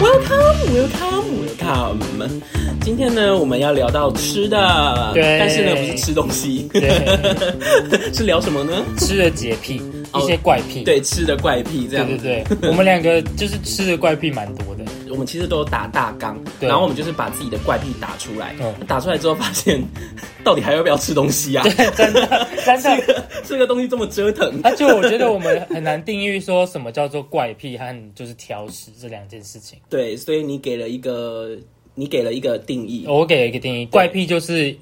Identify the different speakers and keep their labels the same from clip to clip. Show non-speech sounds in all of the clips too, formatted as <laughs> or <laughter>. Speaker 1: Welcome, welcome, welcome。今天呢，我们要聊到吃的，
Speaker 2: 对
Speaker 1: 但是呢，不是吃东西， <laughs>
Speaker 2: 对，
Speaker 1: 是聊什么呢？
Speaker 2: <laughs> 吃的洁癖，
Speaker 1: 哦
Speaker 2: 一些怪癖。
Speaker 1: 对，吃的怪癖这样
Speaker 2: 对
Speaker 1: 子。
Speaker 2: 对对，我们两个就是吃的怪癖蛮多的。
Speaker 1: 我们其实都有打大纲，
Speaker 2: 对
Speaker 1: 然后我们就是把自己的怪癖打出来，
Speaker 2: 嗯
Speaker 1: 打出来之后发现， <laughs> 到底还要不要吃东西啊？ <laughs>
Speaker 2: 真的，真的。
Speaker 1: 这个东西这么折腾，
Speaker 2: 而且我觉得我们很难定义说什么叫做怪癖和就是挑食这两件事情。
Speaker 1: 对，所以你给了一个，你给了一个定义，
Speaker 2: 我给一个定义，怪癖就是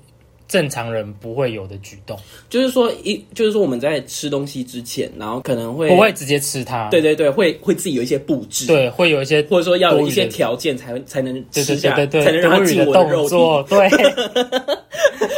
Speaker 2: 正常人不会有的举动，
Speaker 1: 就是说一，就是说我们在吃东西之前，然后可能会，
Speaker 2: 不会直接吃它。
Speaker 1: 对对对，会会自己有一些布置，，
Speaker 2: 对，会有一些
Speaker 1: 或者说要有一些
Speaker 2: 多余的
Speaker 1: 条件才会才能
Speaker 2: 对
Speaker 1: 吃
Speaker 2: 对
Speaker 1: 下，
Speaker 2: 对对
Speaker 1: 才能让
Speaker 2: 对
Speaker 1: 它
Speaker 2: 多余
Speaker 1: 进
Speaker 2: 的
Speaker 1: 我的
Speaker 2: 动
Speaker 1: 肉 <laughs>
Speaker 2: 作，
Speaker 1: 体，
Speaker 2: 对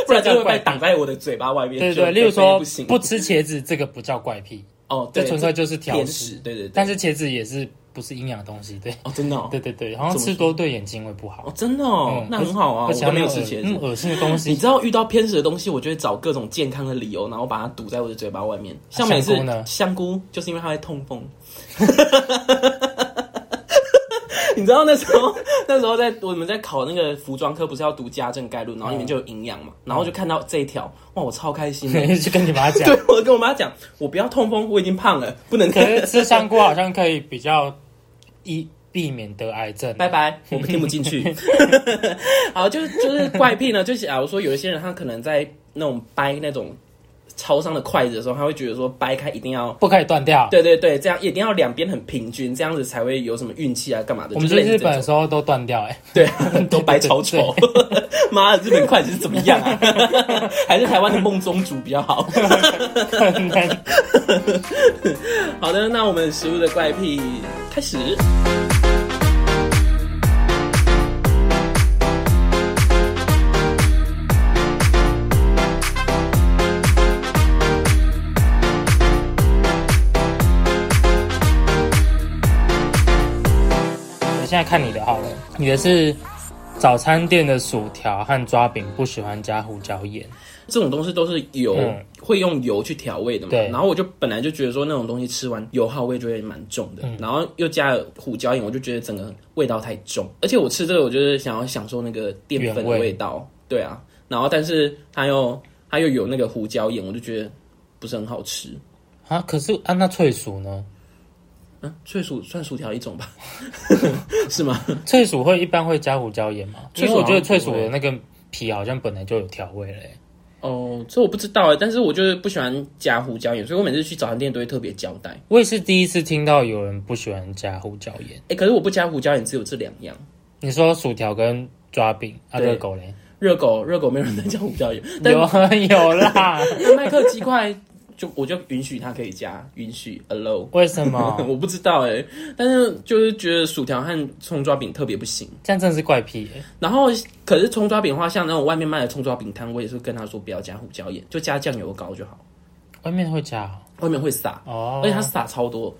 Speaker 1: 不然就会
Speaker 2: 这叫怪
Speaker 1: 被
Speaker 2: 癖
Speaker 1: 挡在我的嘴巴外面。
Speaker 2: 对
Speaker 1: 就
Speaker 2: 对，例如
Speaker 1: 非
Speaker 2: 说
Speaker 1: 不行，
Speaker 2: 不吃茄子，这个不叫怪癖，
Speaker 1: 哦，对
Speaker 2: 这，纯粹就是挑
Speaker 1: 偏
Speaker 2: 食
Speaker 1: 食，。对对对，
Speaker 2: 但是茄子也是不是营养的东西，对。
Speaker 1: 哦，真的哦，
Speaker 2: 对对对，好像
Speaker 1: 怎么
Speaker 2: 吃多对眼睛会不好
Speaker 1: 哦，。真的哦
Speaker 2: 嗯，
Speaker 1: 那很好啊，
Speaker 2: 而
Speaker 1: 我
Speaker 2: 且
Speaker 1: 都没有
Speaker 2: 它
Speaker 1: 吃
Speaker 2: 那
Speaker 1: 茄
Speaker 2: 种
Speaker 1: 子。
Speaker 2: 恶嗯，恶心的东
Speaker 1: 你 <laughs>
Speaker 2: 西。
Speaker 1: 知道遇到偏食的东西，我就会找各种健康的理由，然后把它堵在我的嘴巴外面。像每次
Speaker 2: 啊香菇呢
Speaker 1: 香菇，就是因为它会痛风。 <laughs> 你知道那时候， <laughs> 那时候在我们在考那个服装科，不是要读家政概论，然
Speaker 2: 嗯
Speaker 1: 后里面就有营养嘛，然后就看到这一条，哇，我超开心的。
Speaker 2: 去跟你妈
Speaker 1: <laughs>
Speaker 2: 讲
Speaker 1: 对，我跟我妈讲，我不要痛风，我已经胖了，不能
Speaker 2: 可是吃香菇好像可以比较一避免得癌症。啊
Speaker 1: 拜拜， <laughs> 我们听不进去。好，就是就是怪癖呢，就是假如说有一些人他可能在那种掰那种超商的筷子的时候，他会觉得说掰开一定要。
Speaker 2: 不可以断掉。
Speaker 1: 对对对，这样一定要两边很平均，这样子才会有什么运气啊，干嘛的？
Speaker 2: 我们
Speaker 1: 就
Speaker 2: 去
Speaker 1: 是类似
Speaker 2: 日
Speaker 1: 这
Speaker 2: 本的
Speaker 1: 种，
Speaker 2: 时候都断掉，哎，
Speaker 1: <laughs> 对，都掰超丑。 <laughs> 妈的，日本筷子是怎么样啊？ <laughs> 还是台湾的梦中主比较好。好的，那我们食物的怪癖开始。
Speaker 2: 我现在看你的好了，你的是早餐店的薯条和抓饼，不喜欢加胡椒盐。
Speaker 1: 这种东西都是油，
Speaker 2: 嗯
Speaker 1: 会用油去调味的嘛。
Speaker 2: 对
Speaker 1: 然后我就本来就觉得说那种东西吃完油耗味就会蛮重的，
Speaker 2: 嗯
Speaker 1: 然后又加了胡椒盐，我就觉得整个味道太重。而且我吃这个，我就是想要享受那个淀粉的
Speaker 2: 原味
Speaker 1: 味道，对啊。然后但是它又它又有那个胡椒盐，我就觉得不是很好吃。
Speaker 2: 啊，可是啊，那脆薯呢？
Speaker 1: 嗯，脆薯算薯条一种吧， <laughs> 是
Speaker 2: <laughs>
Speaker 1: 吗？
Speaker 2: 脆薯会一般会加胡椒盐吗？
Speaker 1: 脆
Speaker 2: 因
Speaker 1: 薯
Speaker 2: 为我觉得脆
Speaker 1: 好
Speaker 2: 薯
Speaker 1: 像不会
Speaker 2: 的那个皮好像本来就有调味欸嘞。
Speaker 1: 哦，这我不知道哎，但是我就是不喜欢加胡椒盐，所以我每次去早餐店都会特别交代。
Speaker 2: 我也是第一次听到有人不喜欢加胡椒盐。
Speaker 1: 哎，可是我不加胡椒盐只有这两样。
Speaker 2: 你说薯条跟抓饼啊，
Speaker 1: 对
Speaker 2: 热狗嘞？
Speaker 1: 热狗，热狗没有人在加胡椒盐，但
Speaker 2: 有啊有啦，
Speaker 1: 那麦克鸡块就我就允许他可以加，允许 allow。
Speaker 2: 为什么？
Speaker 1: <laughs> 我不知道哎、但是就是觉得薯条和葱抓饼特别不行。
Speaker 2: 这样真的是怪癖耶、
Speaker 1: 然后可是葱抓饼的话，像那种外面卖的葱抓饼摊，我也是跟他说不要加胡椒盐，就加酱油膏就好，
Speaker 2: 外面会加哦
Speaker 1: 外面会撒，
Speaker 2: 哦，
Speaker 1: 而且他撒超多。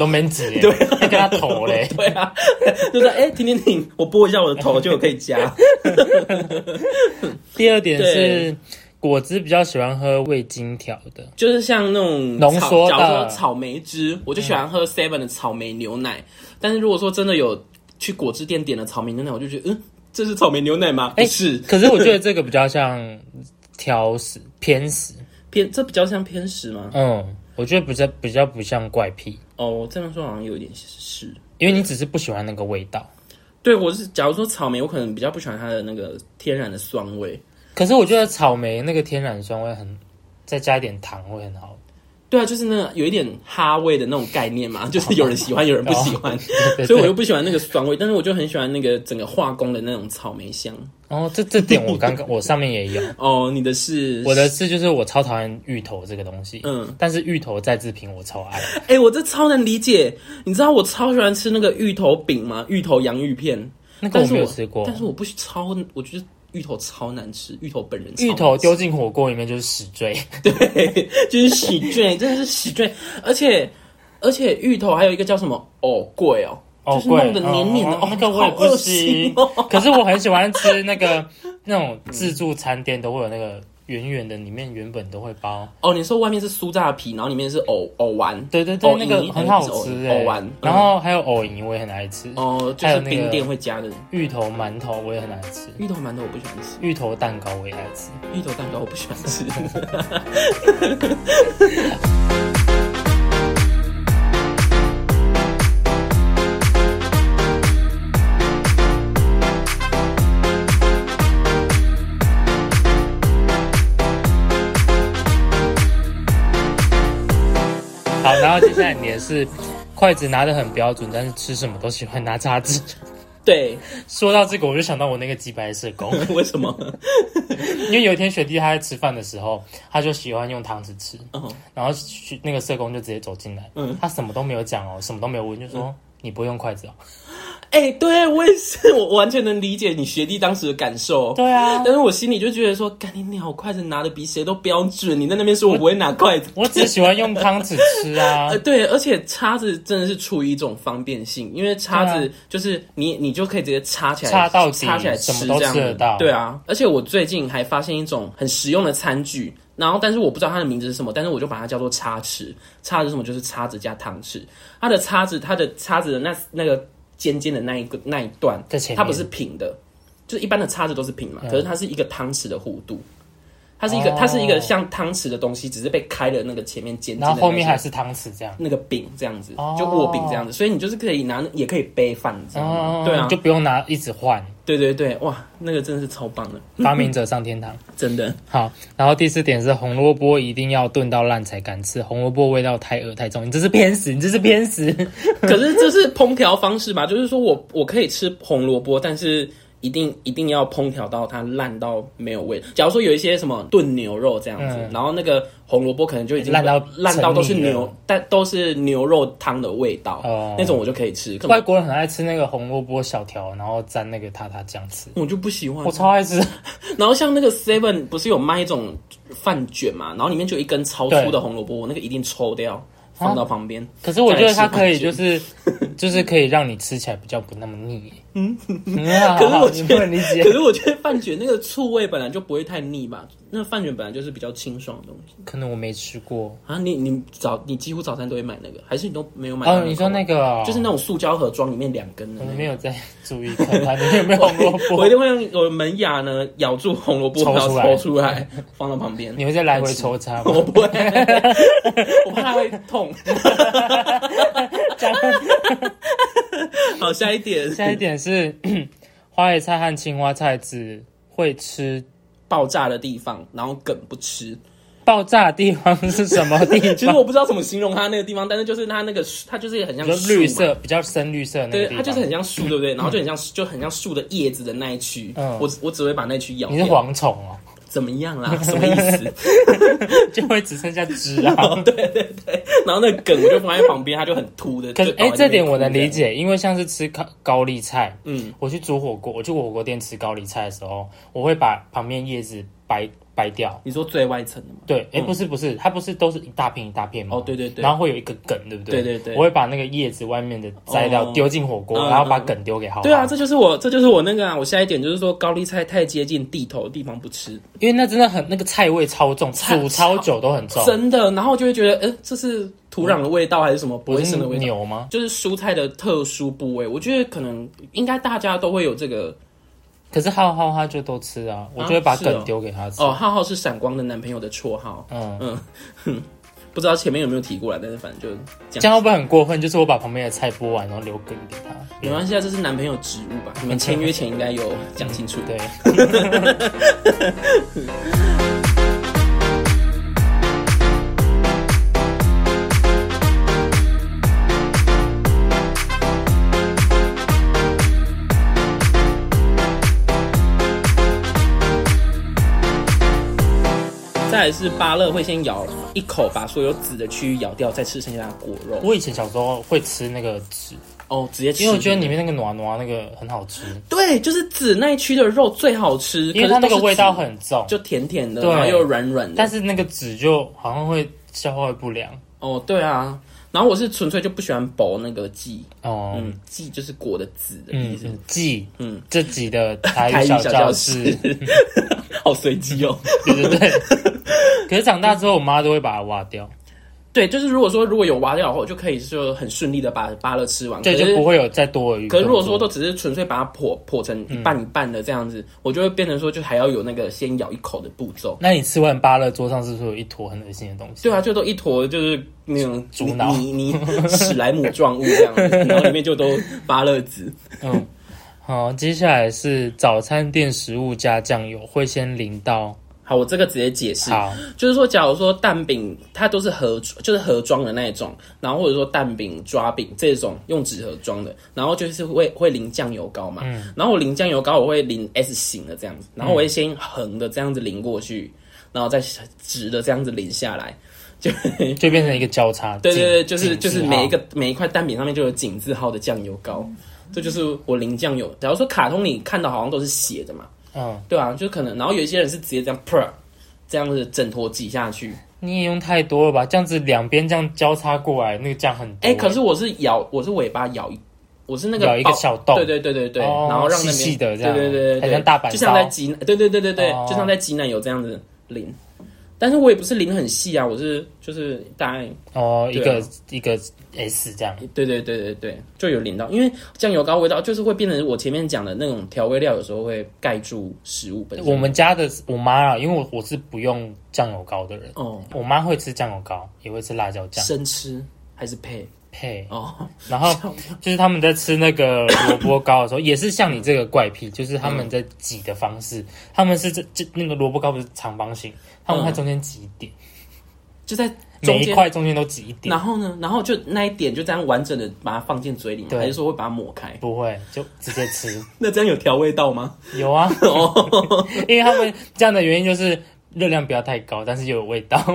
Speaker 2: 都没纸耶，对，
Speaker 1: 啊。
Speaker 2: 跟他投嘞
Speaker 1: 对啊， <laughs> 就是哎、停停停，我拨一下我的头就可以加。
Speaker 2: 第二点
Speaker 1: 对
Speaker 2: 是果汁比较喜欢喝味精调的，
Speaker 1: 就是像那种
Speaker 2: 浓
Speaker 1: 草
Speaker 2: 缩的嗯
Speaker 1: 假如说草莓汁，我就喜欢喝 Seven 的草莓牛奶。但是如果说真的有去果汁店点了草莓牛奶，我就觉得，嗯，这是草莓牛奶吗？不
Speaker 2: 哎
Speaker 1: 是，
Speaker 2: 可是我觉得这个比较像挑食偏食，
Speaker 1: <laughs> 偏这比较像偏食吗？
Speaker 2: 嗯，我觉得比较比较不像怪癖，
Speaker 1: 哦，这样说好像有一点是。
Speaker 2: 因为你只是不喜欢那个味道。
Speaker 1: 对，我是假如说草莓，我可能比较不喜欢它的那个天然的酸味。
Speaker 2: 可是我觉得草莓那个天然酸味很，再加一点糖会很好。
Speaker 1: 对啊，就是那有一点哈味的那种概念
Speaker 2: <laughs>
Speaker 1: 嘛，就是有人喜欢，有人不喜
Speaker 2: 哦
Speaker 1: 欢，
Speaker 2: 对
Speaker 1: 所以我
Speaker 2: 对
Speaker 1: 又不喜欢那个酸味，但是我就很喜欢那个整个化工的那种草莓香。
Speaker 2: 哦，这这点我刚刚我上面也
Speaker 1: <laughs>
Speaker 2: 有，
Speaker 1: 哦，你的是
Speaker 2: 我的是就是我超讨厌芋头这个东西，
Speaker 1: 嗯
Speaker 2: 嗯，但是芋头再制品我超爱，
Speaker 1: 哎、我这超能理解。你知道我超喜欢吃那个芋头饼吗？芋头洋芋片，
Speaker 2: 那个
Speaker 1: 但
Speaker 2: 我
Speaker 1: 是
Speaker 2: 没
Speaker 1: 我
Speaker 2: 有吃过
Speaker 1: 但。是我不喜超，我觉得芋头超难吃，芋头本人超
Speaker 2: 芋
Speaker 1: 难
Speaker 2: 头
Speaker 1: 吃
Speaker 2: 丢进火锅里面就是屎锥，
Speaker 1: 对，就是喜卷，真的是喜卷，而且而且芋头还有一个叫什么藕桂哦，就是弄得黏黏的，
Speaker 2: 哦
Speaker 1: 哦，
Speaker 2: 那个我也
Speaker 1: 好
Speaker 2: 不
Speaker 1: 恶
Speaker 2: 行
Speaker 1: 心。哦。
Speaker 2: 可是我很喜欢吃那
Speaker 1: <laughs>
Speaker 2: 个那种自助餐店都会有那个圆圆的，里面原本都会包。
Speaker 1: 哦，你说外面是酥炸皮，然后里面是藕藕丸，
Speaker 2: 对对对，
Speaker 1: 藕
Speaker 2: 那
Speaker 1: 泥
Speaker 2: 个很好吃
Speaker 1: 还是
Speaker 2: 哎、
Speaker 1: 藕丸嗯
Speaker 2: 然后还有藕泥，我也很爱吃。
Speaker 1: 哦，就
Speaker 2: 还有
Speaker 1: 是
Speaker 2: 那个
Speaker 1: 冰店会加的。
Speaker 2: 芋头馒头我也很爱吃，
Speaker 1: 芋头馒头我不喜欢吃，
Speaker 2: 芋头蛋糕我也爱吃。
Speaker 1: 芋头蛋糕我不喜欢吃。 <laughs>
Speaker 2: 好，然后接下来你也是筷子拿得很标准，但是吃什么都喜欢拿叉子。
Speaker 1: 对， <laughs>
Speaker 2: 说到这个，我就想到我那个鸡白社工，
Speaker 1: 为什么？
Speaker 2: 因为有一天学弟他在吃饭的时候，他就喜欢用汤匙吃，
Speaker 1: 哦，
Speaker 2: 然后去那个社工就直接走进来，
Speaker 1: 嗯
Speaker 2: 他什么都没有讲哦，什么都没有问，就说、你不会用筷子哦，
Speaker 1: 哎、对我也是，我完全能理解你学弟当时的感受。
Speaker 2: 对啊
Speaker 1: 但，是我心里就觉得说，干你鸟，筷子拿的比谁都标准。你在那边说我不会拿筷子，
Speaker 2: <laughs> 我只喜欢用汤匙吃啊
Speaker 1: <laughs> 呃，，对，而且叉子真的是出于一种方便性，因为叉
Speaker 2: 对
Speaker 1: 子就是你，你就可以直接插起来，
Speaker 2: 插到底
Speaker 1: 插起来
Speaker 2: 什么
Speaker 1: 吃
Speaker 2: 都
Speaker 1: 这样
Speaker 2: 吃得
Speaker 1: 子
Speaker 2: 到
Speaker 1: 对啊，而且我最近还发现一种很实用的餐具，然后但是我不知道它的名字是什么，但是我就把它叫做叉匙。叉子是什么？就是叉子加汤匙。它的叉子，它的叉子的那那个尖尖的那一个那一段，
Speaker 2: 在前面嗯
Speaker 1: 它不是平的，就是一般的叉子都是平嘛，可是它是一个汤匙的弧度。它是一个，它是一
Speaker 2: 哦
Speaker 1: 个像汤匙的东西，只是被开了那个前面尖尖的
Speaker 2: 然
Speaker 1: 那
Speaker 2: 后
Speaker 1: 些。
Speaker 2: 后面还是汤匙这样，
Speaker 1: 那个饼这样子
Speaker 2: 哦，
Speaker 1: 就握饼这样子，所以你就是可以拿，也可以背饭，你知道吗？对啊
Speaker 2: 你嗯就，不用拿一直换，
Speaker 1: 对对对，哇，那个真的是超棒的，
Speaker 2: 发明者上天堂。
Speaker 1: 真的。
Speaker 2: 好，然后第四点是红萝卜一定要炖到烂才敢吃，红萝卜味道太恶太重，你这是偏食，你这是偏食。
Speaker 1: <laughs> 可是这是烹调方式吧？就是说我我可以吃红萝卜，但是。一定一定要烹调到它烂到没有味。假如说有一些什么炖牛肉这样子，
Speaker 2: 嗯
Speaker 1: 然后那个红萝卜可能就已经
Speaker 2: 烂到
Speaker 1: 烂到都是
Speaker 2: 成泥了
Speaker 1: 牛，但都是牛肉汤的味道，
Speaker 2: 哦
Speaker 1: 那种我就可以吃。可
Speaker 2: 外
Speaker 1: 能
Speaker 2: 国人很爱吃那个红萝卜小条，然后沾那个塔塔酱吃，
Speaker 1: 我就不喜欢
Speaker 2: 我。超爱吃。
Speaker 1: 然后像那个 Seven 不是有卖一种饭卷嘛，然后里面就有一根超粗
Speaker 2: 对啊
Speaker 1: 的红萝卜，我那个一定抽掉，放到旁边。
Speaker 2: 可是我觉得它可以
Speaker 1: 再
Speaker 2: 就
Speaker 1: 来
Speaker 2: 是就是可以让你吃起来比较不那么腻。嗯，可
Speaker 1: 可是我觉
Speaker 2: <laughs> 你
Speaker 1: 得
Speaker 2: 不能理解
Speaker 1: 可。是我觉得饭卷那个醋味本来就不会太腻吧，那饭卷本来就是比较清爽的东西
Speaker 2: 可能我没吃过。
Speaker 1: 啊。你你早你几乎早餐都会买那个，还是你都没有买到
Speaker 2: 哦
Speaker 1: 个口味？，
Speaker 2: 你说那个哦
Speaker 1: 就是那种塑胶盒装里面两根的
Speaker 2: 我
Speaker 1: 那
Speaker 2: 没
Speaker 1: 个。
Speaker 2: 有在注意看它里面有没有红萝
Speaker 1: <laughs> 我一
Speaker 2: 卜，
Speaker 1: 定会用我的门牙呢咬住红萝卜，
Speaker 2: 抽
Speaker 1: 然后
Speaker 2: 出来
Speaker 1: 抽出来，放到旁边。
Speaker 2: 你会再来回抽插吗？
Speaker 1: 我哦不会，我怕它会痛。
Speaker 2: 这样
Speaker 1: <laughs> 好，下一点，
Speaker 2: 下一点是 <coughs> 花椰菜和青花菜只会吃
Speaker 1: 爆炸的地方，然后梗不吃。
Speaker 2: 爆炸的地方是什么地
Speaker 1: <laughs> 其实
Speaker 2: 方？
Speaker 1: 我不知道怎么形容它那个地方，但是就是它那个树，它就是很像
Speaker 2: 就
Speaker 1: 树
Speaker 2: 绿
Speaker 1: 嘛，
Speaker 2: 色，比较深绿色的那个
Speaker 1: 对，它
Speaker 2: 地方。
Speaker 1: 就是很像树，对不对？然后就很像就很像树的叶子的那一区。
Speaker 2: 嗯
Speaker 1: 我我只会把那区咬
Speaker 2: 你是
Speaker 1: 掉。
Speaker 2: 蝗虫
Speaker 1: <laughs>
Speaker 2: 哦，
Speaker 1: 怎么样啦？什么意思？ <laughs> 哦
Speaker 2: 就会只剩下汁啊。
Speaker 1: 然后那个梗我就放在旁边，它就很凸的。
Speaker 2: 可是
Speaker 1: 就倒
Speaker 2: 哎、
Speaker 1: 在
Speaker 2: 这
Speaker 1: 那边
Speaker 2: 点我能
Speaker 1: 凸
Speaker 2: 理
Speaker 1: 样。
Speaker 2: 解，因为像是吃高高丽菜，
Speaker 1: 嗯，
Speaker 2: 我去煮火锅，我去火锅店吃高丽菜的时候，我会把旁边叶子掰掰掉。
Speaker 1: 你说最外层的吗？
Speaker 2: 对，哎、不是不是，它不是都是一大片一大片吗？
Speaker 1: 嗯哦对对对
Speaker 2: 然后会有一个梗，对不对？
Speaker 1: 对对对
Speaker 2: 我会把那个叶子外面的摘掉，
Speaker 1: 哦
Speaker 2: 丢进火锅，
Speaker 1: 嗯
Speaker 2: 然后把梗丢给浩浩。
Speaker 1: 对啊，这就是我，这就是我那个啊。我下一点就是说，高丽菜太接近地头的地方不吃，
Speaker 2: 因为那真的很那个菜味超重，
Speaker 1: 菜
Speaker 2: 煮超久都很重。
Speaker 1: 真的。然后就会觉得，哎，这是土壤的味道还是什么不
Speaker 2: 不
Speaker 1: 卫
Speaker 2: 是
Speaker 1: 生的味道？
Speaker 2: 牛吗？
Speaker 1: 就是蔬菜的特殊部位，我觉得可能应该大家都会有这个。
Speaker 2: 可是浩浩他就都吃啊，我
Speaker 1: 啊
Speaker 2: 就会把
Speaker 1: 是哦
Speaker 2: 梗丢给他吃。
Speaker 1: 哦，浩浩是闪光的男朋友的绰号，
Speaker 2: 嗯，
Speaker 1: 不知道前面有没有提过来，但是反正就
Speaker 2: 这样会不会很过分？就是我把旁边的菜剥完，然后留梗给他。
Speaker 1: 没关系啊，这是男朋友职务吧？你们签约前应该有讲清楚。
Speaker 2: 对。
Speaker 1: 再来是芭乐会先咬一口，把所有籽的区域咬掉，再吃剩下的果肉。
Speaker 2: 我以前小时候会吃那个籽，
Speaker 1: 哦，直接吃。
Speaker 2: 因为我觉得里面那个暖暖那个很好吃，
Speaker 1: 对，就是籽那一区的肉最好吃，
Speaker 2: 因为它
Speaker 1: 可
Speaker 2: 那个
Speaker 1: 是都是
Speaker 2: 味道
Speaker 1: 籽
Speaker 2: 很重，
Speaker 1: 就甜甜的，
Speaker 2: 对
Speaker 1: 然后又软软的。
Speaker 2: 但是那个籽就好像会消化不良。
Speaker 1: 哦，对啊，然后我是纯粹就不喜欢薄那个记，
Speaker 2: 哦，
Speaker 1: 嗯，记就是果的籽的意
Speaker 2: 嗯
Speaker 1: 思，
Speaker 2: 嗯，记，
Speaker 1: 嗯
Speaker 2: 嗯，这集的台
Speaker 1: 台
Speaker 2: 语
Speaker 1: 语
Speaker 2: 小
Speaker 1: 小
Speaker 2: 教
Speaker 1: 教
Speaker 2: 室，
Speaker 1: 好随机哦。
Speaker 2: <laughs> 对对
Speaker 1: <laughs>
Speaker 2: 对。可是长大之后，我妈都会把它挖掉，对
Speaker 1: 对，就是如果说如果有挖掉的话，我就可以就很顺利的把芭乐吃完。
Speaker 2: 这
Speaker 1: 可
Speaker 2: 就是不会有再多的鱼。
Speaker 1: 可是如果说都只是纯粹把它破破成一半一半的这样子，我就会变成说就还要有那个先咬一口的步骤。
Speaker 2: 那你吃完芭乐，桌上是不是有一坨很恶心的东西？
Speaker 1: 对啊，就都一坨就是那种
Speaker 2: 猪脑
Speaker 1: 泥泥泥史莱姆状物这样
Speaker 2: <laughs>
Speaker 1: 子，然后里面就都芭乐籽。
Speaker 2: 嗯，好，接下来是早餐店食物加酱油，会先淋到
Speaker 1: 好，我这个直接解释， <laughs>
Speaker 2: 好，
Speaker 1: 就是说，假如说蛋饼它都是盒，就是盒装的那一种，然后或者说蛋饼、抓饼这种用纸盒装的，然后就是会会淋酱油膏嘛，然后我淋酱油膏我会淋 S 型的这样子，然后我会先横的这样子淋过去，然后再直的这样子淋下来，就对
Speaker 2: 就变成一个交叉。
Speaker 1: 对对，
Speaker 2: 井
Speaker 1: 就是
Speaker 2: 井
Speaker 1: 就
Speaker 2: 字
Speaker 1: 是
Speaker 2: 号
Speaker 1: 每一个每一块蛋饼上面就有井字号的酱油膏，这就是我淋酱油。假如说卡通里看到好像都是斜的嘛，
Speaker 2: 嗯，
Speaker 1: 对啊，就可能，然后有一些人是直接这样 pr。这样子整坨挤下去，
Speaker 2: 你也用太多了吧？这样子两边这样交叉过来，那个酱很多
Speaker 1: 哎、可是我是咬，我是尾巴咬一，我是那个
Speaker 2: 咬一个
Speaker 1: 包
Speaker 2: 小洞
Speaker 1: 对对对对对，
Speaker 2: 哦
Speaker 1: 然后让那边
Speaker 2: 细细的这样
Speaker 1: 对对对对，
Speaker 2: 很像大阪烧
Speaker 1: 就像在挤，对对对对对，
Speaker 2: 哦
Speaker 1: 就像在挤奶油这样子淋。但是我也不是淋很细啊，我是就是大概，
Speaker 2: 哦，一
Speaker 1: 对
Speaker 2: 个
Speaker 1: 啊
Speaker 2: 一个 S 这样。
Speaker 1: 对对对对对，就有淋到，因为酱油膏味道就是会变成我前面讲的那种调味料，有时候会盖住食物本身。
Speaker 2: 我们家的我妈啊，因为我我是不用酱油膏的人，
Speaker 1: 哦，
Speaker 2: 我妈会吃酱油膏，也会吃辣椒酱
Speaker 1: 生吃还是配
Speaker 2: 配。
Speaker 1: 哦，
Speaker 2: 然后就是他们在吃那个萝卜糕的时候，也是像你这个怪癖，就是他们在挤的方式，他们是这这那个萝卜糕不是长方形，他们在中间挤一点，
Speaker 1: 就在嗯中
Speaker 2: 每一
Speaker 1: 间。
Speaker 2: 块中间都挤一点
Speaker 1: 然，后呢？然后就那一点就这样完整的把它放进嘴里吗？
Speaker 2: 对
Speaker 1: 还是说会把它抹开？
Speaker 2: 不会就直接吃。
Speaker 1: 那这样有调味到吗？
Speaker 2: 有啊， <laughs>
Speaker 1: 哦
Speaker 2: 因为他们这样的原因就是热量不要太高，但是又有味道， <laughs>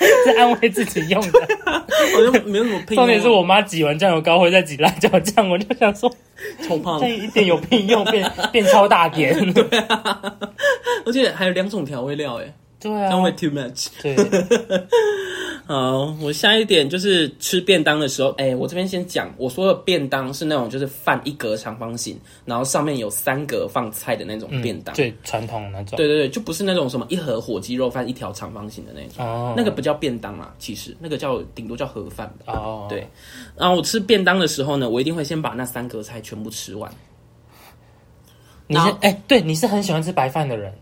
Speaker 2: 是安慰自己用的。
Speaker 1: 哦好像没有什么屁用啊。
Speaker 2: 重点是我妈挤完酱油膏会再挤辣椒酱，我就想说
Speaker 1: 冲胖
Speaker 2: 这，一点有屁用，变变超大点。
Speaker 1: <laughs> 而且还有两种调味料，哎，
Speaker 2: 对
Speaker 1: 这样
Speaker 2: 啊，
Speaker 1: 会 too much。
Speaker 2: 对，
Speaker 1: 好，我下一点就是吃便当的时候，哎，我这边先讲，我说的便当是那种就是饭一格长方形，然后上面有三格放菜的那种便当。
Speaker 2: 最传统的那种。
Speaker 1: 对对对，就不是那种什么一盒火鸡肉饭一条长方形的那种，
Speaker 2: 哦，
Speaker 1: 那个不叫便当啦，其实那个叫顶多叫盒饭吧。
Speaker 2: 哦，
Speaker 1: 对然后我吃便当的时候呢，我一定会先把那三格菜全部吃完。
Speaker 2: 你是
Speaker 1: 然后
Speaker 2: 哎、对，你是很喜欢吃白饭的人，